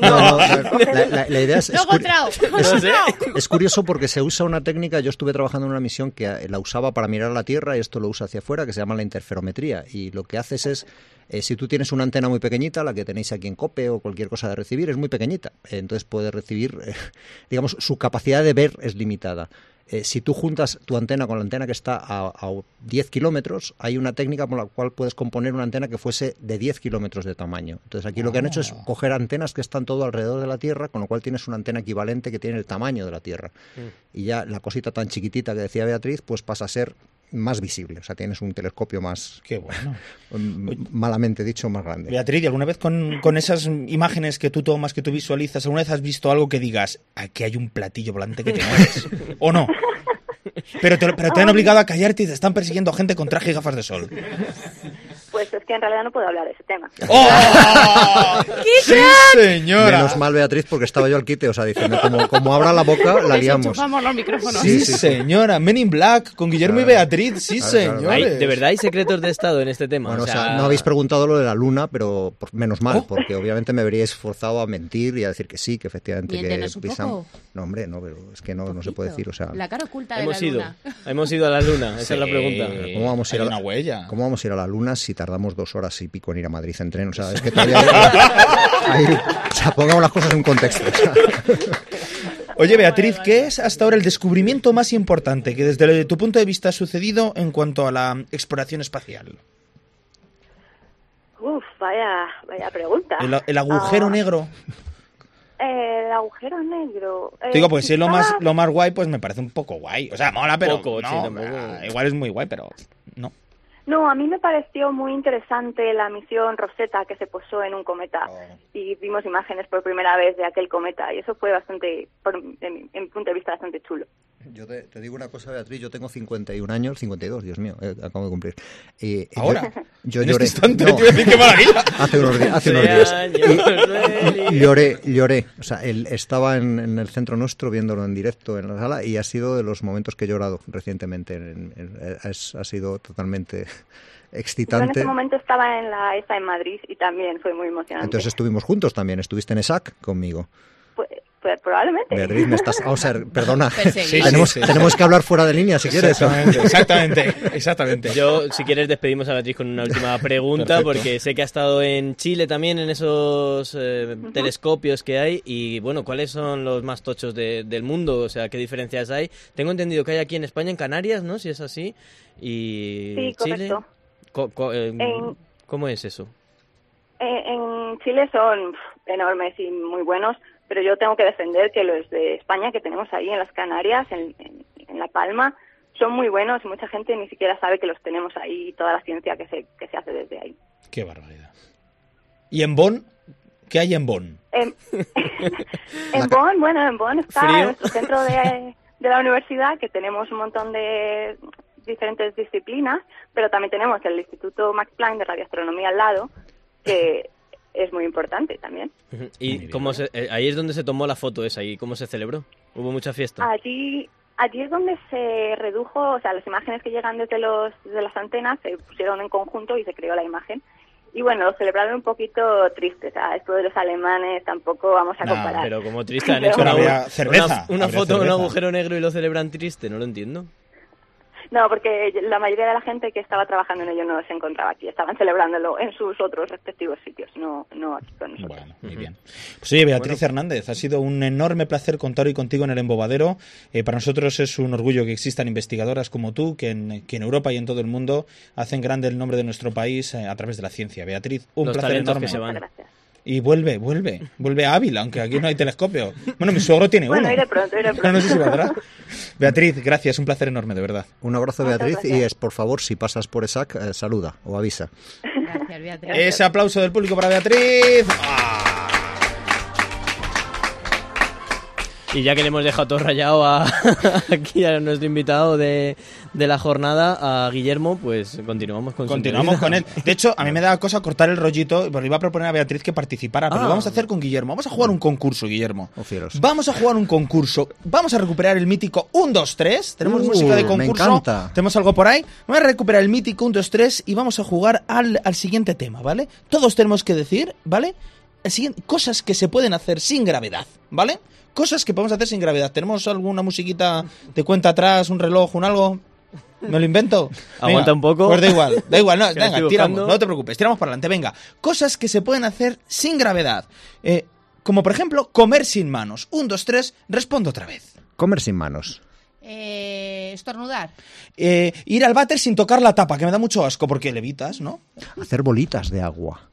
H: No, no, la, la- la idea es. es
D: Luego
H: curi-
D: trao.
C: No sé.
H: Es curioso porque se usa una técnica, yo estuve trabajando en una misión que eh, la usaba para mirar la Tierra y esto lo usa hacia afuera, que se llama la interferometría. Y lo que haces es, eh, si tú tienes una antena muy pequeñita, la que tenéis aquí en COPE o cualquier cosa de recibir, es muy pequeñita. Eh, Entonces puedes recibir, eh, digamos, su capacidad de ver es limitada. Eh, si tú juntas tu antena con la antena que está a, a 10 kilómetros, hay una técnica por la cual puedes componer una antena que fuese de 10 kilómetros de tamaño. Entonces aquí lo que han hecho es coger antenas que están todo alrededor de la Tierra, con lo cual tienes una antena equivalente que tiene el tamaño de la Tierra. Y ya la cosita tan chiquitita que decía Beatriz, pues pasa a ser más visible. O sea, tienes un telescopio más,
B: Qué bueno.
H: m- malamente dicho, más grande.
B: Beatriz, ¿y alguna vez con, con esas imágenes que tú tomas, que tú visualizas, alguna vez has visto algo que digas, aquí hay un platillo volante que te mueres? ¿O no? Pero te, pero te han obligado a callarte y te están persiguiendo gente con traje y gafas de sol.
I: Pues es que en realidad no puedo hablar de ese tema.
B: ¡Oh! ¡Sí, señora!
H: Menos mal, Beatriz, porque estaba yo al quite, o sea, diciendo, como, como abra la boca, la liamos.
D: Desenchufamos los micrófonos.
B: Sí, señora, Men in Black con Guillermo y
H: Claro.
B: Beatriz, sí,
H: Claro, claro.
C: Hay-
B: señores.
C: de verdad hay secretos de estado en este tema.
H: Bueno,
C: o sea,
H: no habéis preguntado lo de la luna, pero por- menos
B: Oh.
H: mal, porque obviamente me habríais forzado a mentir y a decir que sí, que efectivamente
D: Miéntenos
H: que
D: un
H: pisamos.
D: poco.
H: No, hombre, no, pero es que no, no se puede decir, o sea,
D: La cara oculta de
C: hemos
D: la
C: ido,
D: luna.
C: hemos ido a la luna, esa
B: Sí.
C: es la pregunta.
H: ¿Cómo vamos a ir
B: Hay
H: a
B: una
H: la-
B: huella.
H: ¿cómo vamos a ir a la luna si tardamos dos horas y pico en ir a Madrid en tren? O sea, es que todavía hay- hay- o sea, pongamos las cosas en un contexto. o sea.
B: Oye, Beatriz, ¿qué es hasta ahora el descubrimiento más importante que desde tu punto de vista ha sucedido en cuanto a la exploración espacial?
I: Uf, vaya, vaya pregunta.
B: El, el agujero
I: Ah,
B: negro.
I: eh, el agujero negro. eh,
B: Te digo, pues si es lo más,
I: quizás-
B: lo más guay, pues me parece un poco guay. O sea, mola, pero
C: Poco,
B: no, ah,
C: sí, tampoco.
B: igual es muy guay, pero no.
I: No, a mí me pareció muy interesante la misión Rosetta que se posó en un cometa
B: Oh.
I: y vimos imágenes por primera vez de aquel cometa y eso fue bastante, por, en, mi- en mi punto de vista, bastante chulo.
H: Yo te, te digo una cosa, Beatriz, yo tengo 51 años, 52, Dios mío, eh, acabo de cumplir. Eh, yo-
B: ¿Ahora?
H: Yo,
B: en
H: lloré.
B: este instante
H: No,
B: te iba a decir qué maravilla.
H: hace unos, di- hace unos días.
C: días.
H: Lloré, lloré. O sea, él estaba en, en el centro nuestro viéndolo en directo en la sala y ha sido de los momentos que he llorado recientemente. En- en- es- ha sido totalmente
I: Yo en este
H: excitante.
I: ese momento estaba en la ESA en Madrid y también fue muy emocionante.
H: Entonces estuvimos juntos también. Estuviste en ESAC conmigo.
I: Fue- pues probablemente.
H: Beatriz, me estás. O sea, perdona.
D: Perseguida.
H: tenemos,
B: Sí, sí, sí.
H: tenemos que hablar fuera de línea si quieres.
B: Exactamente, exactamente, exactamente.
C: Yo, si quieres, despedimos a Beatriz con una última pregunta,
B: Perfecto.
C: porque sé que ha estado en Chile también, en esos eh, telescopios que hay. Y bueno, ¿cuáles son los más tochos de- del mundo? O sea, ¿qué diferencias hay? Tengo entendido que hay aquí en España, en Canarias, ¿no? Si es así. Y
I: Sí,
C: Chile.
I: correcto.
C: Co- co- eh,
I: En-
C: ¿Cómo es eso?
I: Eh, en Chile son pf, enormes y muy buenos, pero yo tengo que defender que los de España que tenemos ahí en las Canarias, en, en- en La Palma, son muy buenos y mucha gente ni siquiera sabe que los tenemos ahí y toda la ciencia que se, que se hace desde ahí.
B: Qué barbaridad. ¿Y en Bonn? ¿Qué hay en Bonn?
I: En, Em, en Bonn, bueno, en Bonn está
C: Frío.
I: nuestro centro de, de la universidad, que tenemos un montón de diferentes disciplinas, pero también tenemos el Instituto Max Planck de Radioastronomía al lado, que es muy importante también.
C: Ujú.
B: Muy
C: Y
B: bien.
C: cómo se- eh, ahí es donde se tomó la foto esa y cómo se celebró. Hubo mucha
I: Ah,
C: fiesta.
I: Allí, allí es donde se redujo, o sea, las imágenes que llegan desde, los, desde las antenas se pusieron en conjunto y se creó la imagen. Y bueno, lo celebraron un poquito triste, o sea, esto de los alemanes tampoco vamos a
B: Nah,
I: comparar.
C: Pero como triste han
I: Pero
C: hecho una,
B: habría
C: una-
B: cerveza,
C: una
B: habría
C: foto de un
B: cerveza.
C: agujero negro y lo celebran triste, no lo entiendo.
I: No, porque la mayoría de la gente que estaba trabajando en ello no se encontraba aquí, estaban celebrándolo en sus otros respectivos sitios, no, no aquí con nosotros.
B: Bueno, muy bien. Pues oye, Beatriz
C: Bueno.
B: Hernández, ha sido un enorme placer contar hoy contigo en el Embobadero. Eh, para nosotros es un orgullo que existan investigadoras como tú, que en, que en Europa y en todo el mundo hacen grande el nombre de nuestro país eh, a través de la ciencia. Beatriz, un
C: Los
B: placer
C: talentos que
B: enorme.
C: se van.
I: Muchas gracias.
B: Y vuelve, vuelve, vuelve a Ávila, aunque aquí no hay telescopio. Bueno, mi suegro tiene
I: Bueno,
B: uno.
I: iré pronto, iré pronto.
B: Pero no sé si valdrá. Beatriz, gracias, un placer enorme, de verdad.
H: Un abrazo,
I: Muchas
H: Beatriz. Y
I: gracias.
H: es, por favor, si pasas por ESAC, eh, saluda o avisa.
D: Gracias, Beatriz.
C: Eh.
B: Ese aplauso del público para Beatriz. ¡Ah!
C: Y ya que le hemos dejado todo rayado a, aquí a nuestro invitado de, de la jornada, a Guillermo, pues continuamos con su
B: Continuamos con él.
C: entrevista.
B: De hecho, a mí me da cosa cortar el rollito, porque iba a proponer a Beatriz que participara, pero
C: Ah.
B: lo vamos a hacer con Guillermo. Vamos a jugar un concurso, Guillermo.
H: Oh, cielos.
B: Vamos a jugar un concurso. Vamos a recuperar el mítico 1, 2, 3. Tenemos
H: Uh,
B: música de
H: me
B: concurso.
H: encanta.
B: Tenemos algo por ahí. Vamos a recuperar el mítico 1, 2, 3 y vamos a jugar al, al siguiente tema, ¿vale? Todos tenemos que decir, ¿vale? El siguiente- cosas que se pueden hacer sin gravedad, ¿vale? Cosas que podemos hacer sin gravedad. ¿Tenemos alguna musiquita de cuenta atrás, un reloj, un algo? ¿Me lo invento?
C: Aguanta un poco.
B: Pues da igual, da igual. No,
C: Que lo
B: venga,
C: estoy
B: tiramos,
C: buscando.
B: no te preocupes, tiramos para adelante. Venga, cosas que se pueden hacer sin gravedad. Eh, como por ejemplo, comer sin manos. Un, dos, tres, respondo otra vez.
H: Comer sin manos.
D: Eh, estornudar.
B: Eh, ir al váter sin tocar la tapa, que me da mucho asco porque levitas, ¿no?
H: Hacer bolitas de agua.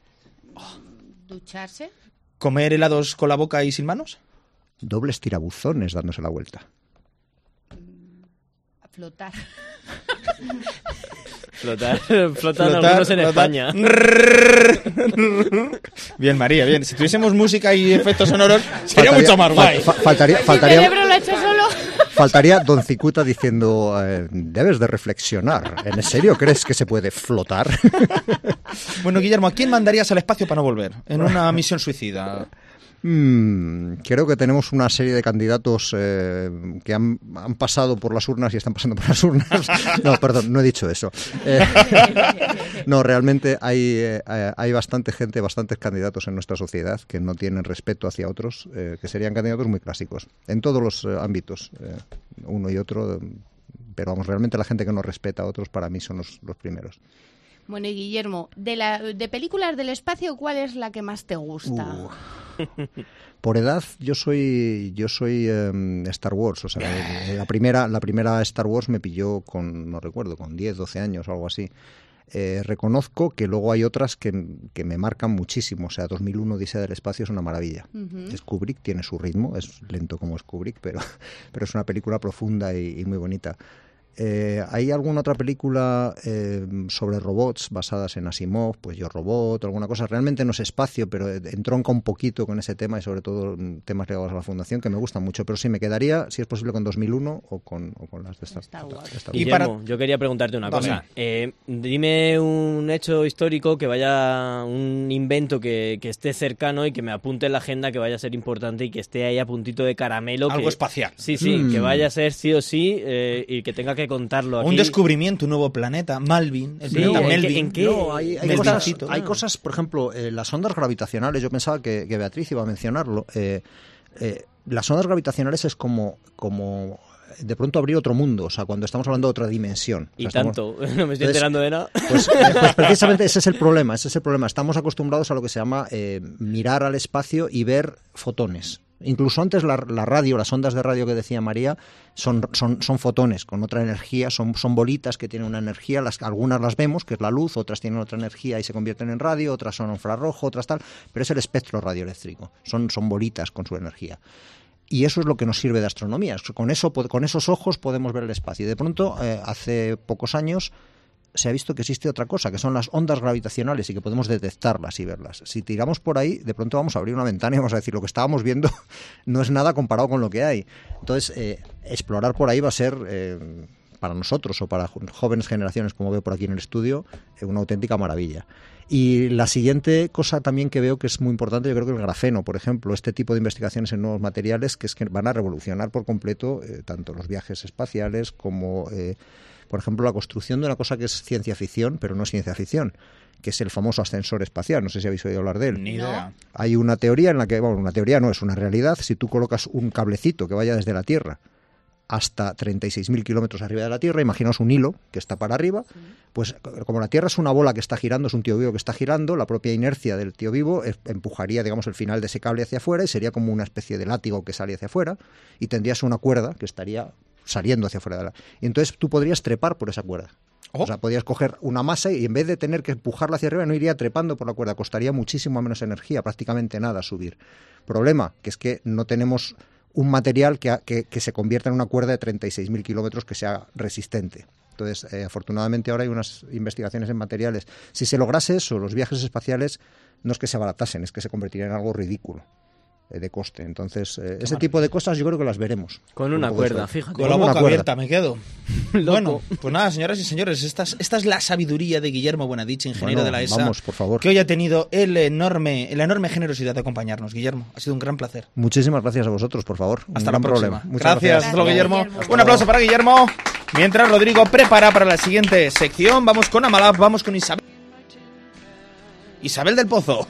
D: Ducharse.
B: Comer helados con la boca y sin manos.
H: Dobles tirabuzones dándose la vuelta.
D: Flotar.
C: Flotar, flotan
B: Flotar,
C: algunos en
B: flotar.
C: España.
B: Bien, María, bien. Si tuviésemos música y efectos sonoros, sería
H: Faltaría-
B: mucho más
H: fal-
B: guay.
H: fa- faltaría,
D: Mi
H: faltaría,
D: cerebro lo ha hecho solo.
H: faltaría Don Cicuta diciendo, eh, debes de reflexionar. ¿En serio crees que se puede flotar?
B: Bueno, Guillermo, ¿a quién mandarías al espacio para no volver? En una misión suicida.
H: Mm, creo que tenemos una serie de candidatos eh, que han, han pasado por las urnas y están pasando por las urnas. No, perdón, no he dicho eso. Eh, no, realmente hay, eh, eh, hay bastante gente, bastantes candidatos en nuestra sociedad que no tienen respeto hacia otros, eh, que serían candidatos muy clásicos, en todos los eh, ámbitos, eh, uno y otro. eh, Pero vamos, realmente la gente que no respeta a otros para mí son los, los primeros.
D: Bueno, y Guillermo, de, la, de películas del espacio, ¿cuál es la que más te gusta?
H: Uh. Por edad, yo soy yo soy em, Star Wars, o sea, la primera la primera Star Wars me pilló con no recuerdo, con 10, 12 años o algo así. Eh, reconozco que luego hay otras que, que me marcan muchísimo, o sea, 2001 Odisea del espacio es una maravilla.
D: Ujú.
H: Es Kubrick, tiene su ritmo, es lento como es Kubrick, pero, pero es una película profunda y, y muy bonita. Eh, ¿Hay alguna otra película eh, sobre robots basadas en Asimov? Pues Yo Robot, alguna cosa. Realmente no es espacio, pero eh, entronca un poquito con ese tema y sobre todo mm, temas ligados a la fundación que me gustan mucho. Pero sí, me quedaría, si es posible, con 2001 o con, o con las de Star,
D: Star Wars.
H: Star
B: Y
C: Guillermo, yo quería preguntarte una
B: Dame.
C: cosa. Eh, dime un hecho histórico que vaya, un invento que, que esté cercano y que me apunte en la agenda que vaya a ser importante y que esté ahí a puntito de caramelo.
B: Algo
C: que-
B: espacial.
C: Sí, sí,
H: Mm.
C: que vaya a ser sí o sí eh, y que tenga que contarlo aquí.
B: Un descubrimiento, un nuevo planeta, Malvin, el
C: Sí,
B: planeta
C: ¿en qué-
B: Melvin.
C: en qué?
H: No, hay, hay
B: Del
H: cosas,
B: bichito.
H: hay
B: Ah.
H: cosas, por ejemplo, eh, las ondas gravitacionales, yo pensaba que, que Beatriz iba a mencionarlo. eh, eh, las ondas gravitacionales es como, como de pronto abrir otro mundo, o sea, cuando estamos hablando de otra dimensión.
C: Y
H: O sea, estamos-
C: tanto, no me
H: Entonces,
C: estoy enterando de nada.
H: Pues, eh, pues precisamente ese es el problema, ese es el problema. Estamos acostumbrados a lo que se llama eh, mirar al espacio y ver fotones. Incluso antes la, la radio, las ondas de radio que decía María, son, son, son fotones con otra energía, son, son bolitas que tienen una energía, las, algunas las vemos, que es la luz, otras tienen otra energía y se convierten en radio, otras son infrarrojo, otras tal, pero es el espectro radioeléctrico, son, son bolitas con su energía. Y eso es lo que nos sirve de astronomía. Con, eso, po- con esos ojos podemos ver el espacio. Y de pronto, eh, hace pocos años, se ha visto que existe otra cosa, que son las ondas gravitacionales y que podemos detectarlas y verlas. Si tiramos por ahí, de pronto vamos a abrir una ventana y vamos a decir, lo que estábamos viendo no es nada comparado con lo que hay. Entonces, eh, explorar por ahí va a ser... eh, para nosotros o para jo- jóvenes generaciones, como veo por aquí en el estudio, eh, una auténtica maravilla. Y la siguiente cosa también que veo que es muy importante, yo creo que el grafeno, por ejemplo, este tipo de investigaciones en nuevos materiales, que es que van a revolucionar por completo eh, tanto los viajes espaciales como eh, por ejemplo, la construcción de una cosa que es ciencia ficción, pero no es ciencia ficción, que es el famoso ascensor espacial. No sé si habéis oído hablar de él.
B: Ni idea.
H: Hay una teoría en la que, bueno, una teoría no, es una realidad. Si tú colocas un cablecito que vaya desde la Tierra hasta 36.000 kilómetros arriba de la Tierra, imaginaos un hilo que está para arriba, pues c- como la Tierra es una bola que está girando, es un tío vivo que está girando, la propia inercia del tío vivo eh, empujaría, digamos, el final de ese cable hacia afuera y sería como una especie de látigo que sale hacia afuera y tendrías una cuerda que estaría saliendo hacia afuera de la... Y entonces tú podrías trepar por esa cuerda.
B: Oh.
H: O sea, podrías coger una masa y en vez de tener que empujarla hacia arriba, no iría trepando por la cuerda. Costaría muchísimo menos energía, prácticamente nada subir. Problema, que es que no tenemos un material que, ha- que- que se convierta en una cuerda de 36.000 kilómetros que sea resistente. Entonces, eh, afortunadamente ahora hay unas investigaciones en materiales. Si se lograse eso, los viajes espaciales no es que se abaratasen, es que se convertiría en algo ridículo eh, de coste. Entonces, eh, ese tipo de cosas yo creo que las veremos.
C: Con una
H: poco de
C: cuerda,
H: suerte.
C: fíjate.
B: Con la
H: una
B: boca
H: cuerda.
B: abierta me quedo. Bueno, pues nada, señoras y señores, esta es, esta es la sabiduría de Guillermo Buenadich, ingeniero
H: Bueno,
B: de la ESA.
H: vamos, por favor.
B: Que hoy ha tenido el enorme, la enorme generosidad de acompañarnos, Guillermo. Ha sido un gran placer.
H: Muchísimas gracias a vosotros, por favor.
B: Hasta
H: Ningún
B: la próxima.
H: problema. Muchas
B: gracias, hasta luego,
D: Gracias,
B: Guillermo.
D: Guillermo.
B: Un aplauso para Guillermo. Mientras Rodrigo prepara para la siguiente sección, vamos con Amalab, vamos con Isabel. Isabel del Pozo.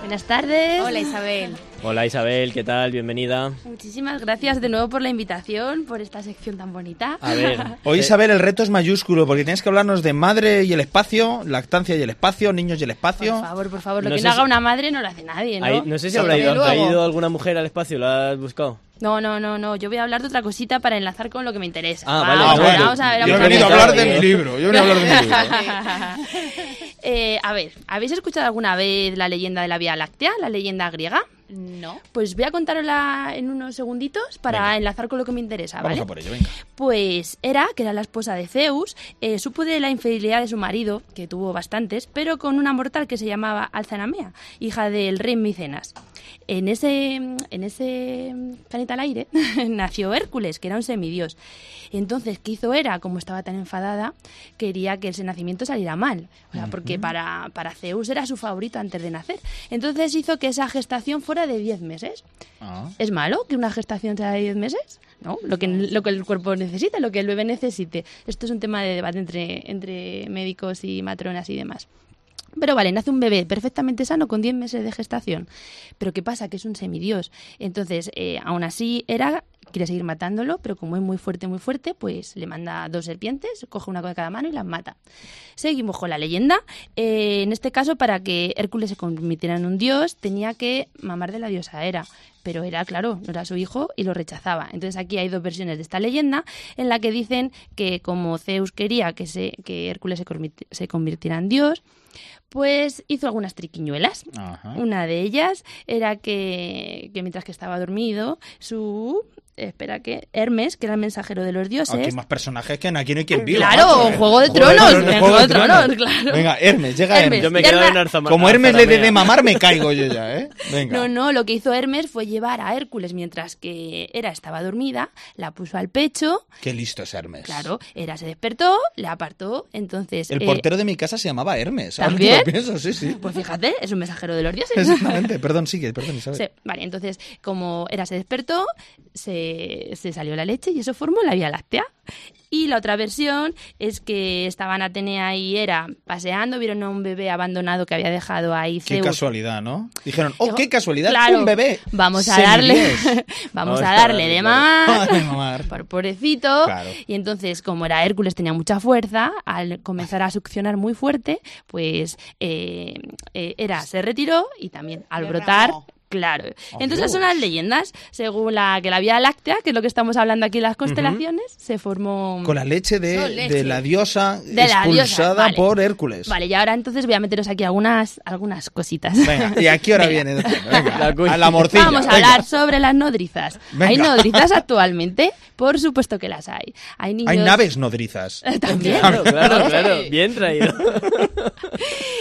J: Buenas tardes.
D: Hola Isabel.
C: Hola Isabel, ¿qué tal? Bienvenida.
J: Muchísimas gracias de nuevo por la invitación, por esta sección tan bonita.
C: A ver.
B: Hoy,
C: eh,
B: Isabel, el reto es mayúsculo porque tienes que hablarnos de madre y el espacio, lactancia y el espacio, niños y el
J: Por
B: espacio.
J: favor, por favor, lo
C: No
J: que
C: sé
J: no haga
C: si-
J: una madre no lo hace nadie, ¿no?
C: ahí- no sé si
D: Sí,
C: habrá
D: desde
C: ido, ¿ha
D: luego.
C: ido alguna mujer al espacio? ¿La has buscado?
J: No, no, no, no, yo voy a hablar de otra cosita para enlazar con lo que me interesa.
C: Ah,
J: Va,
C: vale.
J: vamos,
C: Ah, bueno.
J: vamos a ver,
B: Yo he
J: vamos a
B: venido a
J: ver.
B: hablar de mi libro. Yo he venido a hablar de mi libro.
J: Eh, a ver, ¿habéis escuchado alguna vez la leyenda de la Vía Láctea, la leyenda griega?
D: No.
J: Pues voy a contarosla en unos segunditos para enlazar con lo que me interesa,
B: Vamos
J: ¿vale?
B: a por ello, venga.
J: Pues Hera, que era la esposa de Zeus, eh, supo de la infidelidad de su marido, que tuvo bastantes, pero con una mortal que se llamaba Alzanamea, hija del rey Micenas. En ese, en ese planeta al aire nació Hércules, que era un semidios. Entonces, ¿qué hizo Hera? Como estaba tan enfadada, quería que ese nacimiento saliera mal, o sea, porque para, para Zeus era su favorito antes de nacer. Entonces hizo que esa gestación fuera de 10 meses. ¿Es malo que una gestación sea de 10 meses? No, lo que, lo que el cuerpo necesita, lo que el bebé necesite. Esto es un tema de debate entre, entre médicos y matronas y demás. Pero vale, nace un bebé perfectamente sano con 10 meses de gestación. Pero ¿qué pasa? Que es un semidios. Entonces, eh, aún así, era quiere seguir matándolo, pero como es muy fuerte, muy fuerte, pues le manda dos serpientes, coge una con cada mano y las mata. Seguimos con la leyenda. Eh, en este caso, para que Hércules se convirtiera en un dios, tenía que mamar de la diosa Hera. Pero Hera, claro, no era su hijo y lo rechazaba. Entonces aquí hay dos versiones de esta leyenda en la que dicen que como Zeus quería que, se, que Hércules se convirti- se convirtiera en dios, pues hizo algunas triquiñuelas. Una de ellas era que, que mientras que estaba dormido, su... Espera que Hermes, que era el mensajero de los
B: Aquí hay
J: dioses...
B: más personajes que en aquí no hay quien viva.
J: Claro,
B: macho.
J: Juego de Tronos, Juego de Tronos, claro.
B: Venga, Hermes, llega
J: Hermes.
B: Hermes.
C: Yo me he
J: Ya
C: quedado
J: está.
C: en Arzama-
B: Como Hermes le dé de
C: Arzamea.
B: mamar, me caigo yo ya, ¿eh? Venga.
J: No, no, lo que hizo Hermes fue llevar a Hércules mientras que Hera estaba dormida, la puso al pecho,
B: Qué listo es Hermes.
J: claro, Hera se despertó, la apartó, entonces...
B: El
J: eh,
B: portero de mi casa se llamaba Hermes. ahora
J: ¿También?
B: que lo pienso, sí, sí.
J: Pues fíjate, es un mensajero de los dioses.
B: Exactamente. Perdón, sigue, perdón, Isabel.
J: Se- vale, entonces, como Hera se despertó, se, se salió la leche y eso formó la Vía Láctea. Y la otra versión es que estaban Atenea y Hera paseando, vieron a un bebé abandonado que había dejado ahí
B: Qué
J: Zeus.
B: casualidad, ¿no? Dijeron, oh, qué casualidad,
J: Claro,
B: un bebé.
J: Vamos a darle,
B: Semidios.
J: vamos a darle de más,
B: Ay, mamá.
J: por pobrecito.
B: Claro.
J: Y entonces, como era Hércules, tenía mucha fuerza, al comenzar a succionar muy fuerte, pues eh, eh, era, se retiró y también al brotar. Claro. Entonces son las leyendas. Según la que la Vía Láctea, que es lo que estamos hablando aquí, las constelaciones, se formó.
B: Con la leche de,
J: Con leche.
B: de la diosa
J: De la diosa,
B: expulsada
J: vale.
B: por Hércules.
J: Vale, y ahora entonces voy a meteros aquí algunas, algunas cositas.
B: Venga, ¿y a qué hora viene? Venga, a la morcilla.
J: Vamos a
B: venga.
J: hablar sobre las nodrizas.
B: Venga.
J: ¿Hay nodrizas actualmente? Por supuesto que las hay. Hay niños.
B: Hay naves nodrizas.
J: También.
C: Claro, claro, claro. Bien traído.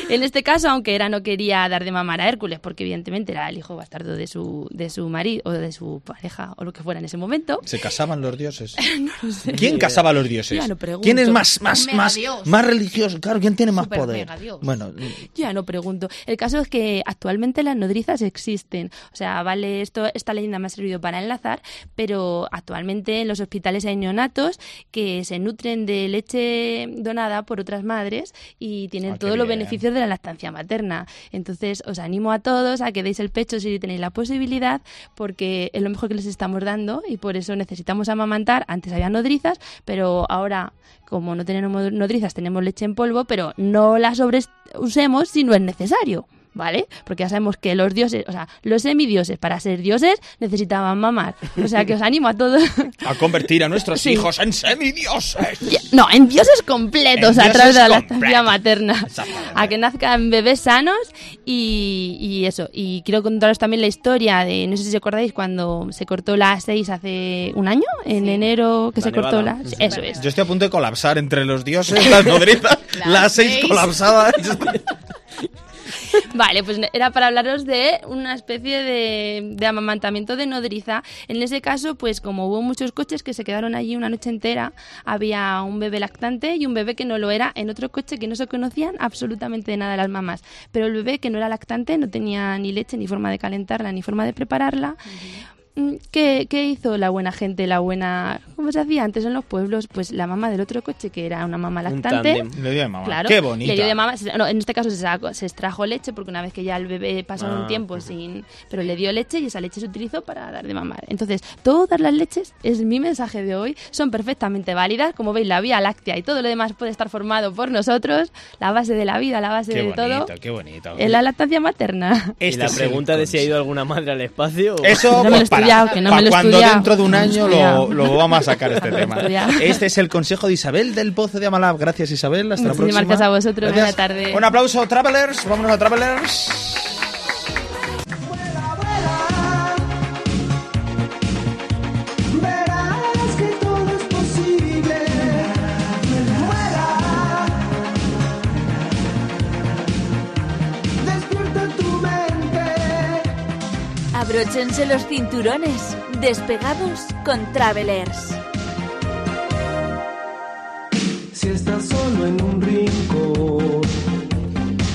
J: En este caso, aunque Hera no quería dar de mamar a Hércules, porque evidentemente era el hijo bastardo de su, de su marido o de su pareja o lo que fuera en ese momento.
B: ¿Se casaban los dioses?
J: No lo sé.
B: ¿Quién casaba a los dioses?
J: Ya lo pregunto.
B: ¿Quién es más, más,
D: Un
B: más,
D: megadios.
B: más religioso? Claro, ¿quién tiene más
D: Super
B: poder?
D: megadios.
B: Bueno,
J: Yo ya no pregunto. El caso es que actualmente las nodrizas existen. O sea, vale, esto, esta leyenda me ha servido para enlazar, pero actualmente en los hospitales hay neonatos que se nutren de leche donada por otras madres y tienen
B: Ah, qué
J: todos los
B: bien.
J: beneficios de la lactancia materna. Entonces, os animo a todos a que deis el pecho si tenéis la posibilidad, porque es lo mejor que les estamos dando y por eso necesitamos amamantar. Antes había nodrizas, pero ahora, como no tenemos nodrizas, tenemos leche en polvo, pero no la sobreusemos si no es necesario. ¿Vale? Porque ya sabemos que los dioses, o sea, los semidioses para ser dioses necesitaban mamar. O sea que os animo a todos.
B: a convertir a nuestros
J: Sí.
B: hijos en semidioses.
J: No, en dioses completos
B: En
J: a través
B: dioses
J: de la lactancia
B: completos.
J: materna.
B: Exactamente.
J: A que nazcan bebés sanos y, y eso. Y quiero contaros también la historia de, no sé si os acordáis, cuando se cortó la 6 hace un año, en enero, que
C: La
J: se cortó
C: nevada.
J: la...
C: Sí,
J: Eso es.
B: Yo estoy a punto de colapsar entre los dioses, las nodrizas,
D: Las
B: las seis,
D: seis.
B: colapsadas.
J: Vale, pues era para hablaros de una especie de, de amamantamiento de nodriza. En ese caso, pues como hubo muchos coches que se quedaron allí una noche entera, había un bebé lactante y un bebé que no lo era en otro coche que no se conocían absolutamente de nada las mamás. Pero el bebé que no era lactante no tenía ni leche, ni forma de calentarla, ni forma de prepararla. Mm, ¿Qué, qué hizo la buena gente, la buena... ¿Cómo se hacía antes en los pueblos? Pues la mamá del otro coche, que era una mamá
C: Un
J: lactante,
C: tándem.
B: Le dio de mamá.
J: Claro,
B: Qué bonita.
J: Le dio de mamá, se- no, en este caso se, sacó- se extrajo leche porque una vez que ya el bebé pasó
C: Ah,
J: un tiempo sin... Pero le dio leche y esa leche se utilizó para dar de mamar. Entonces, todas las leches, es mi mensaje de hoy, son perfectamente válidas. Como veis, la vía láctea y todo lo demás puede estar formado por nosotros. La base de la vida, la base
B: Qué
J: de todo,
B: bonito, qué bonito. Este
J: es la lactancia materna.
K: Este
C: Y la
B: es el
C: pregunta de si ha
B: conse-
C: ido alguna madre al espacio. o-
J: No
B: Eso
J: me lo he
B: pues, para,
J: estudiado, que no me
B: para
J: lo he
B: cuando
J: estudiado.
B: dentro de un
J: No me lo he
B: año
J: estudiado.
B: lo, lo vamos a sacar este
J: No me lo he
B: tema.
J: estudiado.
B: Este es el consejo de Isabel del Pozo de Amalab. Gracias Isabel, hasta
J: Muchísimas
B: la próxima.
J: gracias a vosotros, buena tarde.
B: Un aplauso, Travelers. Vámonos a Travelers.
L: Verás que todo es posible. Vuela. Despierta tu mente.
A: Abróchense los cinturones. Despegados con Travelers.
L: Si estás solo en un rincón.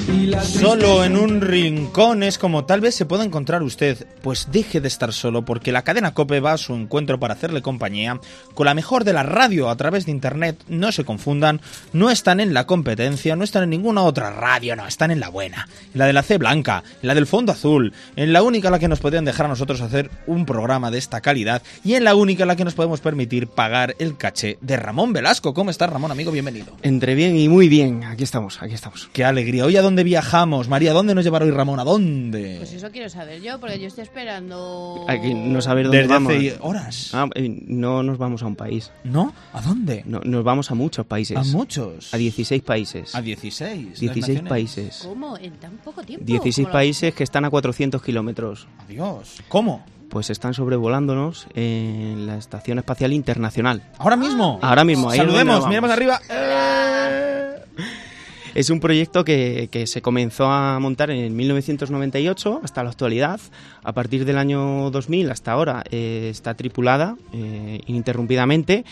L: Y la
B: Solo en un rincón es como tal vez se pueda encontrar usted, pues deje de estar solo porque la cadena Cope va a su encuentro para hacerle compañía con la mejor de la radio a través de internet, no se confundan, no están en la competencia, no están en ninguna otra radio, no, están en la buena, en la de la C blanca, en la del fondo azul, en la única a la que nos podían dejar a nosotros hacer un programa de esta calidad y en la única a la que nos podemos permitir pagar el caché de Ramón Velasco. ¿Cómo estás Ramón, amigo? Bienvenido.
K: Entre bien y muy bien, aquí estamos, aquí estamos.
B: Qué alegría. Hoy a dónde viajamos, María, ¿a dónde nos llevará hoy Ramón? ¿A dónde?
D: Pues eso quiero saber yo, porque yo estoy esperando.
K: Aquí no saber dónde
B: Desde
K: vamos.
B: hace horas.
K: Ah, eh, no nos vamos a un país.
B: ¿No? ¿A dónde?
K: No, nos vamos a muchos países.
B: A muchos.
K: A 16 países.
B: A 16.
K: 16
B: las naciones.
K: países.
D: ¿Cómo? ¿En tan poco tiempo?
K: 16
D: ¿Cómo lo-
K: países que están a 400 kilómetros.
B: Adiós. ¿Cómo?
K: Pues están sobrevolándonos en la Estación Espacial Internacional. Ah.
B: Ahora mismo.
K: Ahora mismo, ahí es donde
B: Saludemos,
K: vamos.
B: miremos arriba.
K: Es un proyecto que, que se comenzó a montar en 1998 hasta la actualidad. A partir del año 2000 hasta ahora eh, está tripulada eh, ininterrumpidamente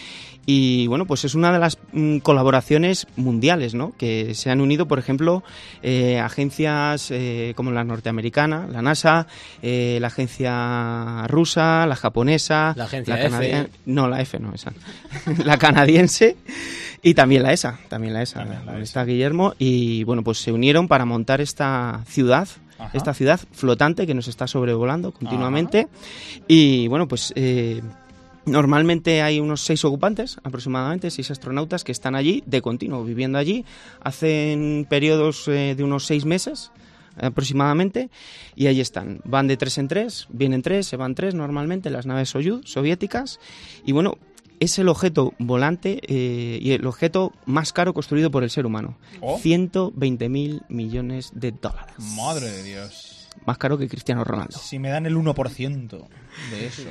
K: y bueno, pues es una de las mm, colaboraciones mundiales, ¿no? Que se han unido, por ejemplo, eh, agencias eh, como la norteamericana, la NASA, eh, la agencia rusa, la japonesa,
C: La agencia F.
K: canadien- no, la F no, esa, la canadiense y también la ESA, también la ESA, donde está Guillermo y bueno, pues se unieron para montar esta ciudad.
M: Ajá.
K: Esta ciudad flotante que nos está sobrevolando continuamente. Y bueno, pues eh, Normalmente hay unos seis ocupantes, aproximadamente seis astronautas que están allí de continuo, viviendo allí. Hacen periodos eh, de unos seis meses eh, aproximadamente y ahí están. Van de tres en tres, vienen tres, se van tres normalmente las naves Soyuz soviéticas y bueno, es el objeto volante eh, y el objeto más caro construido por el ser humano.
M: Oh.
K: 120 mil millones de dólares.
M: Madre de Dios.
K: Más caro que Cristiano Ronaldo.
M: Si me dan el 1% de eso.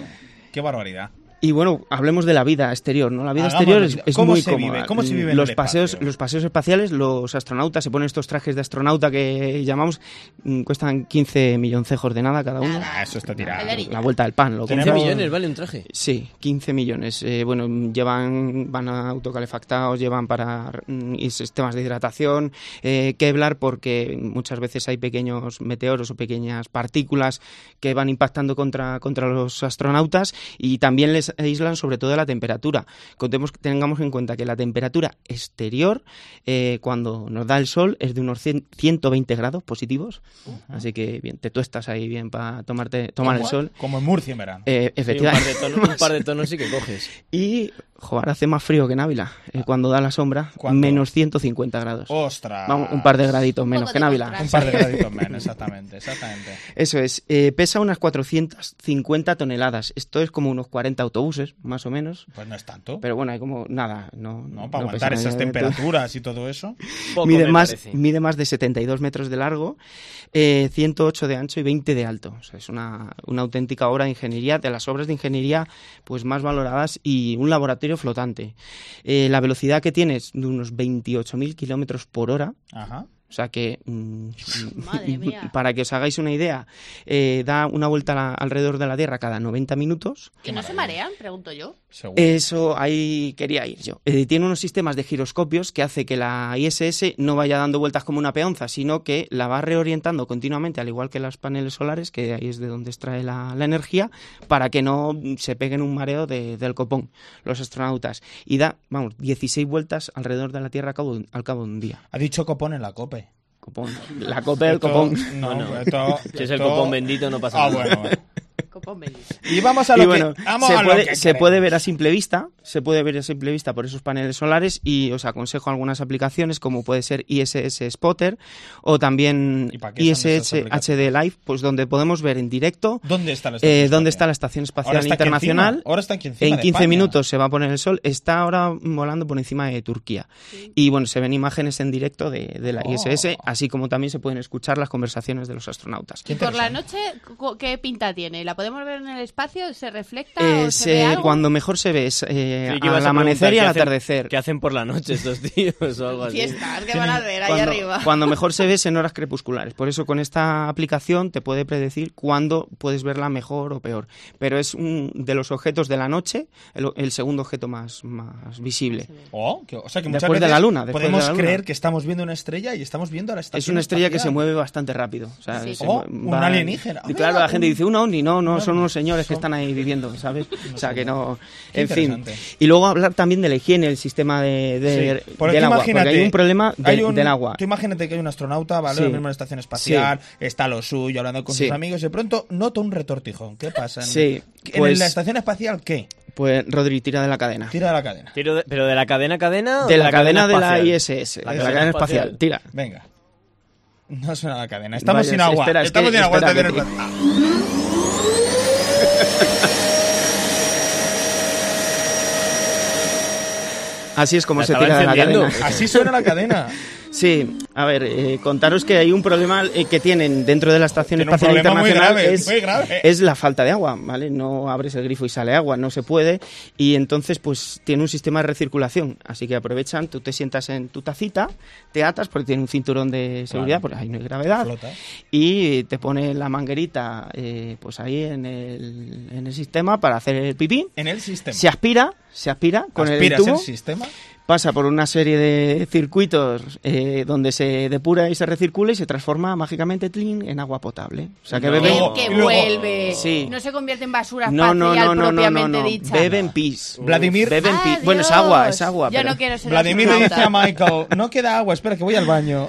M: Qué barbaridad.
K: Y bueno, hablemos de la vida exterior, ¿no? La vida
M: Hagámoslo.
K: exterior es, es
M: ¿Cómo
K: muy
M: se
K: cómoda.
M: vive? ¿Cómo se vive en
K: los
M: el
K: paseos, los paseos espaciales, los astronautas se ponen estos trajes de astronauta que llamamos, mm, cuestan 15 milloncejos de nada cada uno.
M: Ah, eso está
C: tirado.
K: La vuelta al pan, lo
C: 15
K: compramos.
C: millones vale un traje.
K: Sí, 15 millones. Eh, bueno, llevan, van a autocalefactados, llevan para mm, y sistemas de hidratación, eh, Kevlar, porque muchas veces hay pequeños meteoros o pequeñas partículas que van impactando contra, contra los astronautas y también les aíslan sobre todo de la temperatura. Contemos, tengamos en cuenta que la temperatura exterior, eh, cuando nos da el sol, es de unos 100 120 grados positivos. Así que bien, te tuestas ahí bien para tomarte, tomar el
M: Como-
K: sol.
M: Como en Murcia en verano.
K: Eh, efectivamente.
C: Sí, un, par de tonos, un par de tonos sí que coges.
K: Y, joder, hace más frío que en Ávila. eh, cuando da la sombra,
M: ¿Cuánto?
K: menos 150 grados.
M: Ostras.
K: Vamos, un par de graditos menos que en Ávila.
M: Un par de graditos menos, exactamente, exactamente.
K: Eso es. eh, pesa unas 450 toneladas. Esto es como unos 40 autobuses, más o menos.
M: Pues no es tanto.
K: Pero bueno, hay como nada. No,
M: ¿no? Para
K: no pesa
M: aguantar esas
K: nada.
M: temperaturas y todo eso.
K: mide, más, mide más de 72 metros de largo, eh, 108 de ancho y 20 de alto. O sea, es una, una auténtica obra de ingeniería, de las obras de ingeniería pues más valoradas y un laboratorio flotante. Eh, la velocidad que tiene es de unos 28.000 kilómetros por hora.
M: Ajá.
K: O sea que, mm,
M: Madre mía.
K: para que os hagáis una idea, eh, da una vuelta a la- alrededor de la Tierra cada 90 minutos.
D: ¿Que no se marean? Pregunto yo.
K: Eh, Eso ahí quería ir yo. Eh, tiene unos sistemas de giroscopios que hace que la ISS no vaya dando vueltas como una peonza, sino que la va reorientando continuamente, al igual que los paneles solares, que ahí es de donde extrae la, la energía, para que no mm, se peguen un mareo de- del copón los astronautas. Y da, vamos, 16 vueltas alrededor de la Tierra al cabo, de- al cabo de un día.
M: Ha dicho copón en la cope.
K: Copón. La cope del
M: Esto-
K: copón.
M: No,
C: No, no.
M: esto-
C: Si es el
M: esto-
C: copón bendito, no pasa
M: Ah,
C: nada.
M: bueno, bueno. Y vamos a lo
K: Y
M: que-
K: bueno,
M: vamos
K: se,
M: a lo
K: puede,
M: que
K: se
M: queremos.
K: puede ver a simple vista, se puede ver a simple vista por esos paneles solares y os aconsejo algunas aplicaciones como puede ser ISS Spotter o también
M: qué son esas
K: ISS HD Live, pues donde podemos ver en directo
M: ¿Dónde está la
K: eh,
M: estación
K: dónde está la Estación Espacial
M: Ahora está aquí
K: Internacional.
M: encima, ahora está aquí encima
K: en
M: de
K: 15
M: España.
K: minutos se va a poner el sol, está ahora volando por encima de Turquía. Y bueno, se ven imágenes en directo de, de la
D: Oh.
K: ISS, así como también se pueden escuchar las conversaciones de los astronautas.
D: ¿Y por la noche cu- qué pinta tiene? ¿La podemos ver en el espacio? ¿Se refleja
K: Eh,
D: o se,
K: se-
D: ve algo?
K: cuando mejor se ve es eh,
C: Sí, que ibas
K: al
C: a
K: amanecer y
C: preguntar,
K: al
C: ¿qué hacen-
K: atardecer.
C: ¿Qué hacen por la noche estos tíos o algo así?
D: Fiestas, ¿qué van a hacer ahí
K: Cuando-
D: arriba?
K: Cuando mejor se ve es en horas crepusculares. Por eso con esta aplicación te puede predecir cuándo puedes verla mejor o peor. Pero es un de los objetos de la noche el, el segundo objeto más, más visible.
M: Oh, que- o sea que muchas
K: después de
M: veces
K: la luna. después de
M: podemos
K: la luna.
M: creer que estamos viendo una estrella y estamos viendo a la estación
K: Es una estrella que se
M: espacial.
K: mueve bastante rápido. O sea,
M: Sí.
K: se
M: Oh,
K: mue-
M: un
K: van-
M: alienígena. Ah,
K: Y claro, la gente
M: Un-
K: dice, un ovni. No, no,
M: un
K: son
M: ovni.
K: unos señores que están ahí viviendo, ¿sabes? O sea, que no...
M: Qué
K: En fin.
M: interesante.
K: Y luego hablar también de la higiene, el sistema de, de-
M: Sí. Porque
K: del
M: tú
K: agua. Porque hay
M: imagínate,
K: un problema de-
M: hay un-
K: del agua.
M: Tú imagínate que hay un astronauta, ¿vale?
K: Sí.
M: Ahora mismo en la estación espacial, está lo suyo, hablando con
K: Sí.
M: sus amigos, y de pronto nota un retortijón. ¿Qué pasa? en-
K: Sí,
M: ¿En
K: pues-
M: la estación espacial qué?
K: Pues Rodri, tira de la cadena.
M: Tira de la cadena.
C: Tiro de- ¿Pero de la cadena a cadena? o
K: De la cadena de la
C: espacial?
K: ISS, de la cadena espacial. Tira.
M: Venga. No suena la cadena. Estamos
K: Vaya,
M: sin agua.
K: espera, es
M: Estamos
K: que-
M: sin agua.
K: espera,
M: estación
K: que-
M: espacial.
K: Así es como
M: La
K: se
M: estaba
K: tira de la
M: encendiendo.
K: cadena.
M: Así suena la cadena.
K: Sí, a ver, eh, contaros que hay un problema eh, que tienen dentro de la Estación
B: Tiene un
K: Espacial
B: problema muy
K: Internacional.
B: grave,
K: es,
B: muy grave.
K: es la falta de agua, ¿vale? No abres el grifo y sale agua, no se puede. Y entonces, pues tiene un sistema de recirculación. Así que aprovechan, tú te sientas en tu tacita, te atas porque tiene un cinturón de seguridad,
B: Claro.
K: porque pues ahí no hay gravedad.
B: Flota.
K: Y te pone la manguerita, eh, pues ahí en el, en el sistema para hacer el pipí.
B: En el sistema.
K: Se aspira, se aspira con
B: ¿Aspiras
K: el tubo.
B: el sistema?
K: Pasa por una serie de circuitos eh, donde se depura y se recircula y se transforma mágicamente tlin, en agua potable. O sea que
D: El
K: beben.
D: que vuelve.
K: Sí.
D: No se convierte en basura
K: No, no,
D: espacial
K: no, no, no, no,
D: propiamente
K: no.
D: dicha.
K: Beben pis.
B: Vladimir-
K: Beben pis.
D: Adiós.
K: Bueno, es agua, es agua.
D: Yo
K: pero-
D: no quiero ser
B: Vladimir le dice
D: astronauta.
B: a Michael, no queda agua, espera que voy al baño.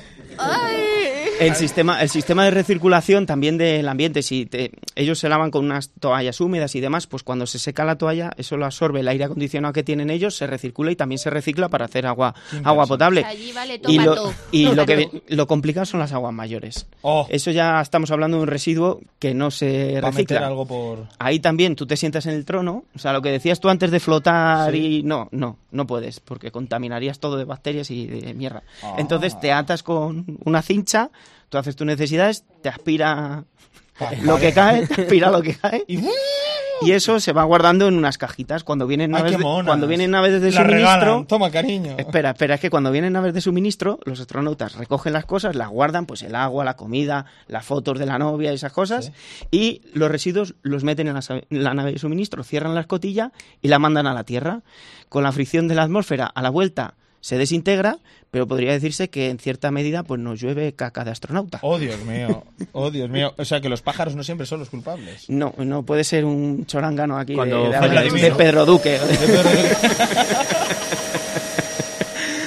K: El sistema, el sistema de recirculación también del ambiente, si te- ellos se lavan con unas toallas húmedas y demás, pues cuando se seca la toalla, eso lo absorbe el aire acondicionado que tienen ellos, se recircula y también se recicla para hacer agua, agua potable.
D: Allí vale,
K: y
D: toma
K: lo,
D: todo.
K: y lo, que,
D: Tómalo.
K: vi- lo complicado son las aguas mayores.
B: Oh,
K: Eso ya estamos hablando de un residuo que no se
B: Para meter
K: recicla.
B: algo por...
K: Ahí también tú te sientas en el trono, o sea, lo que decías tú antes de flotar
B: Sí.
K: y no, no, no puedes, porque contaminarías todo de bacterias y de mierda.
B: Ah.
K: Entonces te atas con una cincha, tú haces tus necesidades, te aspira lo
B: Pues vale.
K: que cae, te aspira lo que cae. Y eso se va guardando en unas cajitas cuando vienen
B: Ay,
K: naves
B: qué
K: de,
B: monas.
K: cuando vienen naves de
B: La
K: suministro.
B: regalan, toma cariño.
K: Espera, espera, es que cuando vienen naves de suministro, los astronautas recogen las cosas, las guardan, pues el agua, la comida, las fotos de la novia, esas cosas, y los residuos los meten en la, sa- en la nave de suministro, cierran la escotilla y la mandan a la Tierra. Con la fricción de la atmósfera a la vuelta se desintegra, pero podría decirse que en cierta medida pues nos llueve caca de astronauta.
B: Oh, Dios mío. Oh, Dios mío. O sea, que los pájaros no siempre son los culpables.
K: No, no puede ser un chorángano aquí de,
B: Cuando
K: de-
B: fue Vladimir,
K: de
B: ¿no?
K: Pedro Duque.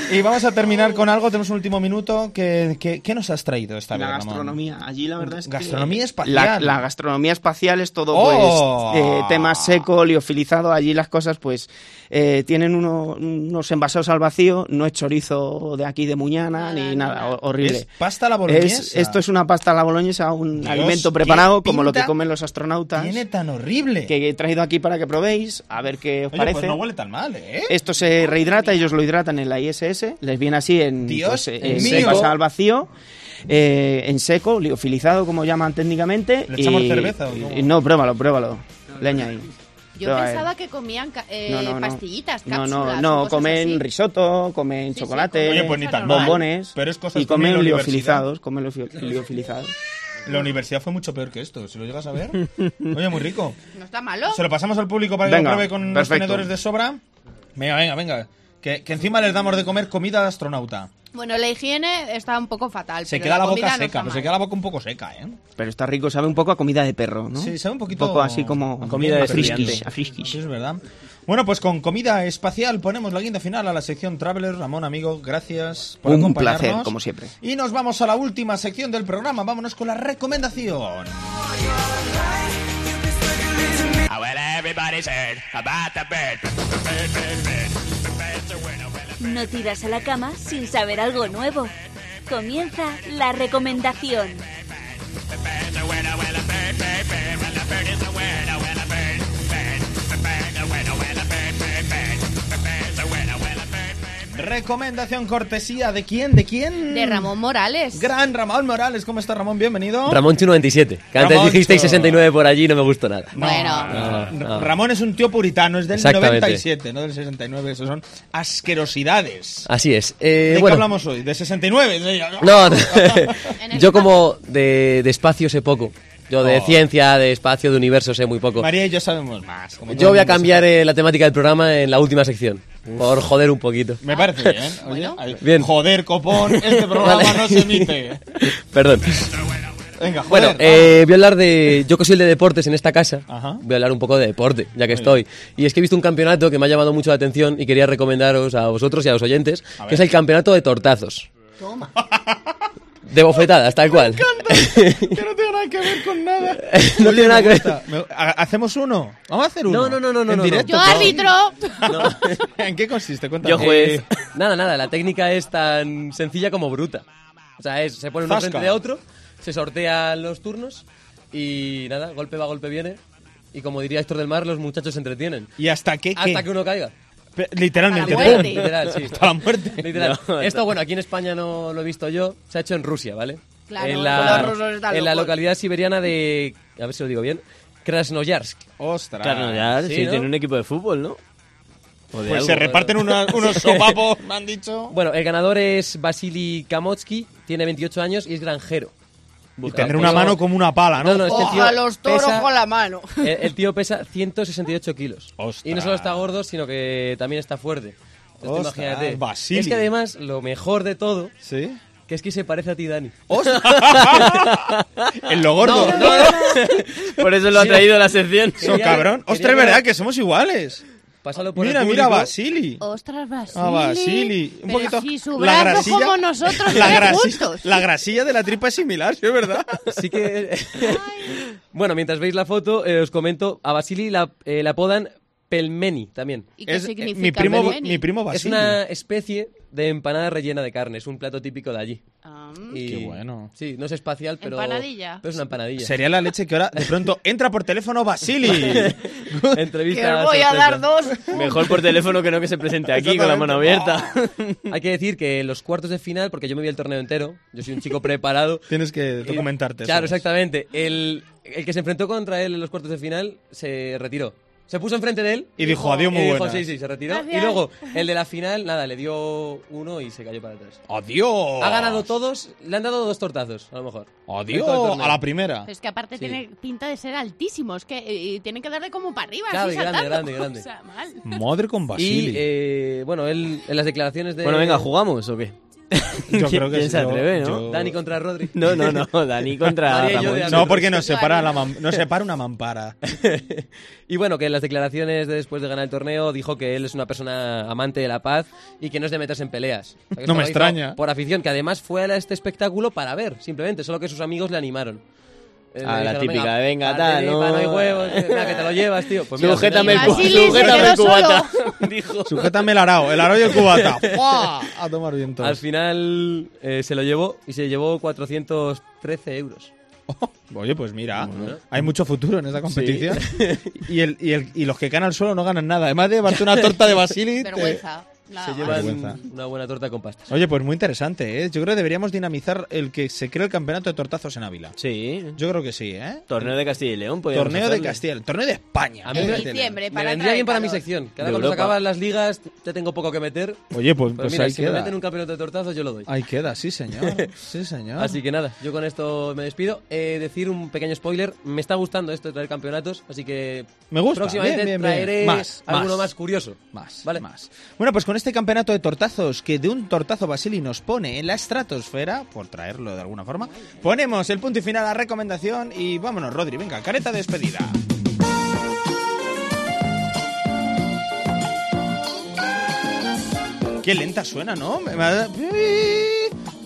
B: Y vamos a terminar con algo, tenemos un último minuto. ¿Qué, qué- qué nos has traído esta vez,
K: La
B: Ramón?
K: gastronomía, allí la verdad es que...
B: Gastronomía
K: La,
B: espacial.
K: la gastronomía espacial es todo
B: ¡Oh!
K: pues eh, tema seco, liofilizado, allí las cosas pues eh, tienen uno- unos envasados al vacío, no es chorizo de aquí de Muñana ni nada, ho- horrible.
B: Es pasta a la boloñesa.
K: Es- esto es una pasta a la boloñesa, un
B: Dios,
K: alimento
B: qué
K: preparado como lo que
B: pinta
K: comen los astronautas.
B: Tiene tan horrible.
K: Que he traído aquí para que probéis, a ver qué os
B: Oye,
K: parece.
B: pues no huele tan mal, ¿eh?
K: Esto se rehidrata, ellos lo hidratan en la ISS, les viene así en,
B: Dios
K: pues, eh,
B: mío.
K: se pasa al vacío, eh, en seco, liofilizado como llaman técnicamente.
B: ¿Le echamos
K: y-
B: cerveza o cómo?
K: y- no, pruébalo, pruébalo. Leña ahí.
D: Yo
K: Prueba,
D: pensaba
K: eh.
D: que comían ca- eh,
K: No, no, no.
D: pastillitas,
K: No, no,
D: cápsulas.
K: no,
D: cosas
K: comen
D: así.
K: risotto, comen
D: sí,
K: chocolate,
B: comen Oye, pues ni tan mal.
K: bombones
B: Pero es cosas
K: y
B: que come
K: comen
B: la
K: liofilizados, comen liofio- liofilizados.
B: La universidad fue mucho peor que esto, si lo llegas a ver. Oye, muy rico.
D: No está malo.
B: Se lo pasamos al público para que
K: Venga,
B: lo pruebe con los
K: perfecto.
B: tenedores de sobra. Venga, venga, venga. Que, que encima les damos de comer comida de astronauta.
D: Bueno, la higiene está un poco fatal.
B: Se
D: pero
B: queda la,
D: comida
B: boca
D: no está
B: seca, pero se
D: mal.
B: queda la boca un poco seca, ¿eh?
K: Pero está rico, sabe un poco a comida de perro, ¿no?
B: Sí, sabe un poquito-
K: poco así como
B: a comida de
K: a friskish,
B: estudiante.
K: a friskish.
B: Sí, es verdad. Bueno, pues con comida espacial ponemos la guinda final a la sección Traveler. Ramón, amigo, gracias por
K: Un
B: acompañarnos.
K: placer, como siempre.
B: Y nos vamos a la última sección del programa. Vámonos con la recomendación.
A: No tiras a la cama sin saber algo nuevo. Comienza la recomendación.
B: Recomendación cortesía de quién, de quién.
D: De Ramón Morales.
B: Gran Ramón Morales, ¿cómo está Ramón? Bienvenido.
F: Ramón 97, que antes
B: Ramoncho.
F: dijisteis 69 por allí, no me gustó nada.
B: Bueno.
F: No, no.
B: Ramón es un tío puritano, es del
F: Exactamente.
B: 97, no del 69. Eso son asquerosidades.
F: Así es. Eh,
B: ¿De qué
F: bueno,
B: hablamos hoy? ¿De 69?
F: No, yo como de, de espacio sé poco. Yo de
B: Oh.
F: ciencia, de espacio, de universo sé muy poco.
B: María y yo sabemos más. como todo
F: Yo
B: el
F: voy a
B: mundo
F: cambiar eh, la temática del programa en la última sección. Por joder un poquito.
B: sabe. Me parece bien. Oye, ahí-
F: Bien.
B: Joder, copón, este programa
F: Vale.
B: no se emite.
F: Perdón.
B: Venga, joder.
F: Bueno, eh, voy a hablar de. Yo que soy el de deportes en esta casa,
B: Ajá.
F: voy a hablar un poco de deporte, ya que
B: Muy
F: estoy. Y es que he visto un campeonato que me ha llamado mucho la atención y quería recomendaros a vosotros y a los oyentes, que es el campeonato de tortazos.
D: Toma.
F: De bofetadas, tal cual.
B: Que no tengo nada que ver con nada.
F: no tiene nada que ver.
B: ¿Hacemos uno? Vamos a hacer uno.
F: No, no, no, no, no,
B: En
F: no.
B: directo.
D: Yo árbitro.
B: ¿En qué consiste? Cuéntame.
F: Yo juez.
B: Eh,
F: Nada, nada, la técnica es tan sencilla como bruta. O sea, es, se ponen uno
B: Zasca.
F: frente de otro, se sortean los turnos y nada, golpe va, golpe viene. Y como diría Héctor del Mar, los muchachos se entretienen.
B: ¿Y hasta qué?
F: Hasta que uno caiga.
B: Pe- Literalmente.
F: Hasta la muerte. Literal, sí.
B: Hasta la muerte.
F: Literal.
B: No,
F: Esto, bueno, aquí en España no lo he visto yo. Se ha hecho en Rusia, ¿vale?
D: Claro,
F: en
D: todos
F: la,
D: los rusos están
F: en la
D: locos.
F: localidad siberiana de. A ver si lo digo bien. Krasnoyarsk.
B: Ostras. Ah,
C: Krasnoyarsk, sí, tiene un
F: equipo de fútbol, ¿no? O de
C: Pues
B: ¿eh?
C: se reparten
B: unos- unos sopapos, me han dicho.
F: Bueno, el ganador es Vasily Kamotsky, tiene 28 años y es granjero.
B: Y tener una mano como una pala, ¿no?
F: No, no, este
D: Ojo
F: tío
D: a los toros
F: pesa-
D: con la mano.
F: el, el tío pesa 168 kilos. Y no solo está gordo, sino que también está fuerte. Entonces,
B: Ostras,
F: imagínate.
B: Vasily.
F: Es que además, lo mejor de todo.
B: Oh. ¿Sí?
F: Que es que se parece a ti, Dani.
B: En lo gordo.
F: No, no,
C: Por eso lo ha
F: Mira.
C: traído a la sección.
B: So, cabrón. Ostras, es verdad que somos iguales.
F: Pásalo por
B: Mira,
F: el
B: mira,
F: público.
B: Vasili.
D: Ostras, Vasili.
B: Ah, Vasili. Un
D: Pero
B: poquito.
D: si su brazo como nosotros,
B: la,
D: tres
B: grasi-
D: juntos.
B: la grasilla de la tripa es similar, sí, es verdad.
F: Así que. bueno, mientras veis la foto, eh, os comento. A Vasily la, eh, la apodan Pelmeni también.
D: ¿Y qué Es, eh, significa mi primo- pelmeni? mi primo
F: Es
D: Vasily.
F: una especie de empanada rellena de carne. Es un plato típico de allí.
D: Ah.
B: Qué bueno.
F: Sí, no es espacial, pero.
D: Mm. Empanadilla.
F: Pero es una empanadilla.
B: Sería la leche que ahora de pronto entra por teléfono Vasili.
F: Entrevista
D: Que os voy a dar dos.
F: Mejor por teléfono que no que se presente
C: aquí con la mano abierta.
F: Hay que decir que en los cuartos de final, porque yo me vi el torneo entero, yo soy un chico preparado.
B: Tienes que documentarte.
F: Claro,
B: eso.
F: exactamente. El, el que se enfrentó contra él en los cuartos de final se retiró. Se puso enfrente de él.
B: Y dijo, "Adiós, muy
F: y dijo,
B: buenas".
F: sí, sí, se retiró.
B: Gracias.
F: Y luego, el de la final, nada, le dio uno y se cayó para atrás.
B: ¡Adiós!
F: Ha ganado todos, le han dado dos tortazos, a lo mejor.
B: Oh,
F: En todo el
B: ¡Adiós!
F: torneo.
B: A la primera.
N: Pero es que aparte
F: Sí.
N: tiene pinta de ser altísimo, es que eh, tienen que darle como para arriba,
F: Claro,
N: así
F: y grande,
N: saltando.
F: grande, grande.
N: O sea, mal.
B: Madre con
F: Y,
B: Vasili.
F: eh, bueno, él, en las declaraciones de...
C: Bueno, venga, ¿jugamos o qué?
B: Yo creo que
C: ¿Quién
B: sí,
C: se
B: yo-
C: atreve, no?
B: yo-
F: Dani contra Rodri.
C: No, no, no, Dani contra
F: María y yo de
C: Ramón.
F: árbitros.
B: No, porque nos separa, la mam- nos separa una mampara.
F: Y bueno, que en las declaraciones de después de ganar el torneo dijo que él es una persona amante de la paz y que no es de meterse en peleas. O sea, que
B: No me
F: estaba
B: extraña.
F: organizado Por afición, que además fue a este espectáculo para ver, simplemente, solo que sus amigos le animaron. Eh,
C: Ah,
F: le
C: la
F: dijeron,
C: típica, venga, tal,
F: participa,
C: no".
F: no hay huevos, eh, mira, que te lo llevas, tío. Pues mira,
C: Sujétame el
F: genial.
C: cu- Basili se sujétame quedó el cubata, dijo.
B: Sujétame el arao, el arao y el cubata. ¡Fua! A tomar viento.
F: Al final eh, se lo llevó y se llevó 413 euros.
B: Oye, pues mira, hay mucho futuro en esta competición. y, el, y, el- y los que ganan solo no ganan nada. Además de llevarte una torta de Vasili. te-
F: Se
B: más.
F: llevan
B: Ah, Vergüenza.
F: una buena torta con pastas.
B: Oye, pues muy interesante, ¿eh? Yo creo que deberíamos dinamizar el que se cree el campeonato de tortazos en Ávila.
C: Sí.
B: Yo creo que sí, ¿eh?
C: Torneo de Castilla y León, podríamos
B: Torneo de
C: hacerlo.
B: Castilla, el torneo de España.
F: A mí me,
B: Fíjate.
D: diciembre,
F: me
D: para
F: vendría
D: traer
F: bien para mi
D: calor.
F: sección. Cada
B: De
F: cuando se
B: Europa.
F: acaban las ligas, ya tengo poco que meter.
B: Oye, pues-
F: Pero
B: pues
F: mira,
B: ahí
F: si
B: queda.
F: me meten un campeonato de tortazos, yo lo doy.
B: Ahí queda, sí, señor. Sí, señor.
F: Así que nada, yo con esto me despido. Eh, decir un pequeño spoiler, me está gustando esto de traer campeonatos, así que
B: Me gusta,
F: próximamente
B: bien, bien, bien.
F: traeré
B: Más,
F: alguno
B: más.
F: más, curioso.
B: Más,
F: ¿vale?
B: más. Bueno, pues con este campeonato de tortazos que de un tortazo Basili nos pone en la estratosfera, por traerlo de alguna forma, ponemos el punto y final a la recomendación y vámonos, Rodri, venga, careta de despedida. Qué lenta suena, ¿no? Me- me-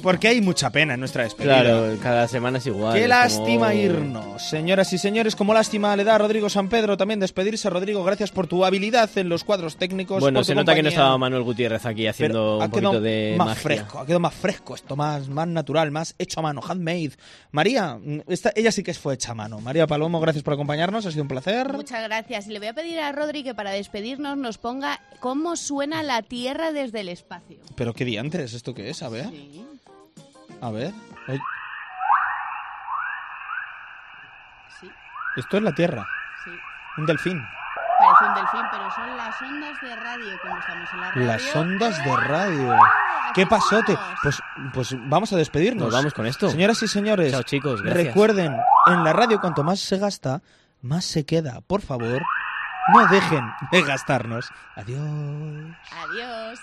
B: Porque hay mucha pena en nuestra despedida.
C: Claro, cada semana es igual.
B: Qué
C: es
B: lástima
C: como-
B: irnos, señoras y señores. Como lástima le da a Rodrigo San Pedro también despedirse. Rodrigo, gracias por tu habilidad en los cuadros técnicos.
C: Bueno,
B: por tu
C: se nota que no
B: compañía.
C: estaba Manuel Gutiérrez aquí haciendo
B: Pero ha
C: un
B: quedado
C: poquito de
B: más
C: magia.
B: fresco, ha quedado más fresco esto, más, más natural, más hecho a mano, handmade. María, mm, esta- ella sí que fue hecha a mano. María Palomo, gracias por acompañarnos, ha sido un placer.
N: Muchas gracias. Y le voy a pedir a Rodri que para despedirnos nos ponga cómo suena la Tierra desde el espacio.
B: Pero qué diantres, ¿esto qué es? A ver. A ver. Ay. Esto es la Tierra,
N: Sí,
B: un delfín.
N: parece un delfín, pero son las ondas de radio, como estamos en la radio. ¡Ah!
B: Las ondas de radio. ¿Qué pasote? Pues, pues vamos a despedirnos.
C: Nos vamos con esto.
B: Señoras y señores,
C: Chao, chicos, gracias.
B: recuerden, en la radio cuanto más se gasta, más se queda. Por favor, no dejen de gastarnos. Adiós.
N: Adiós.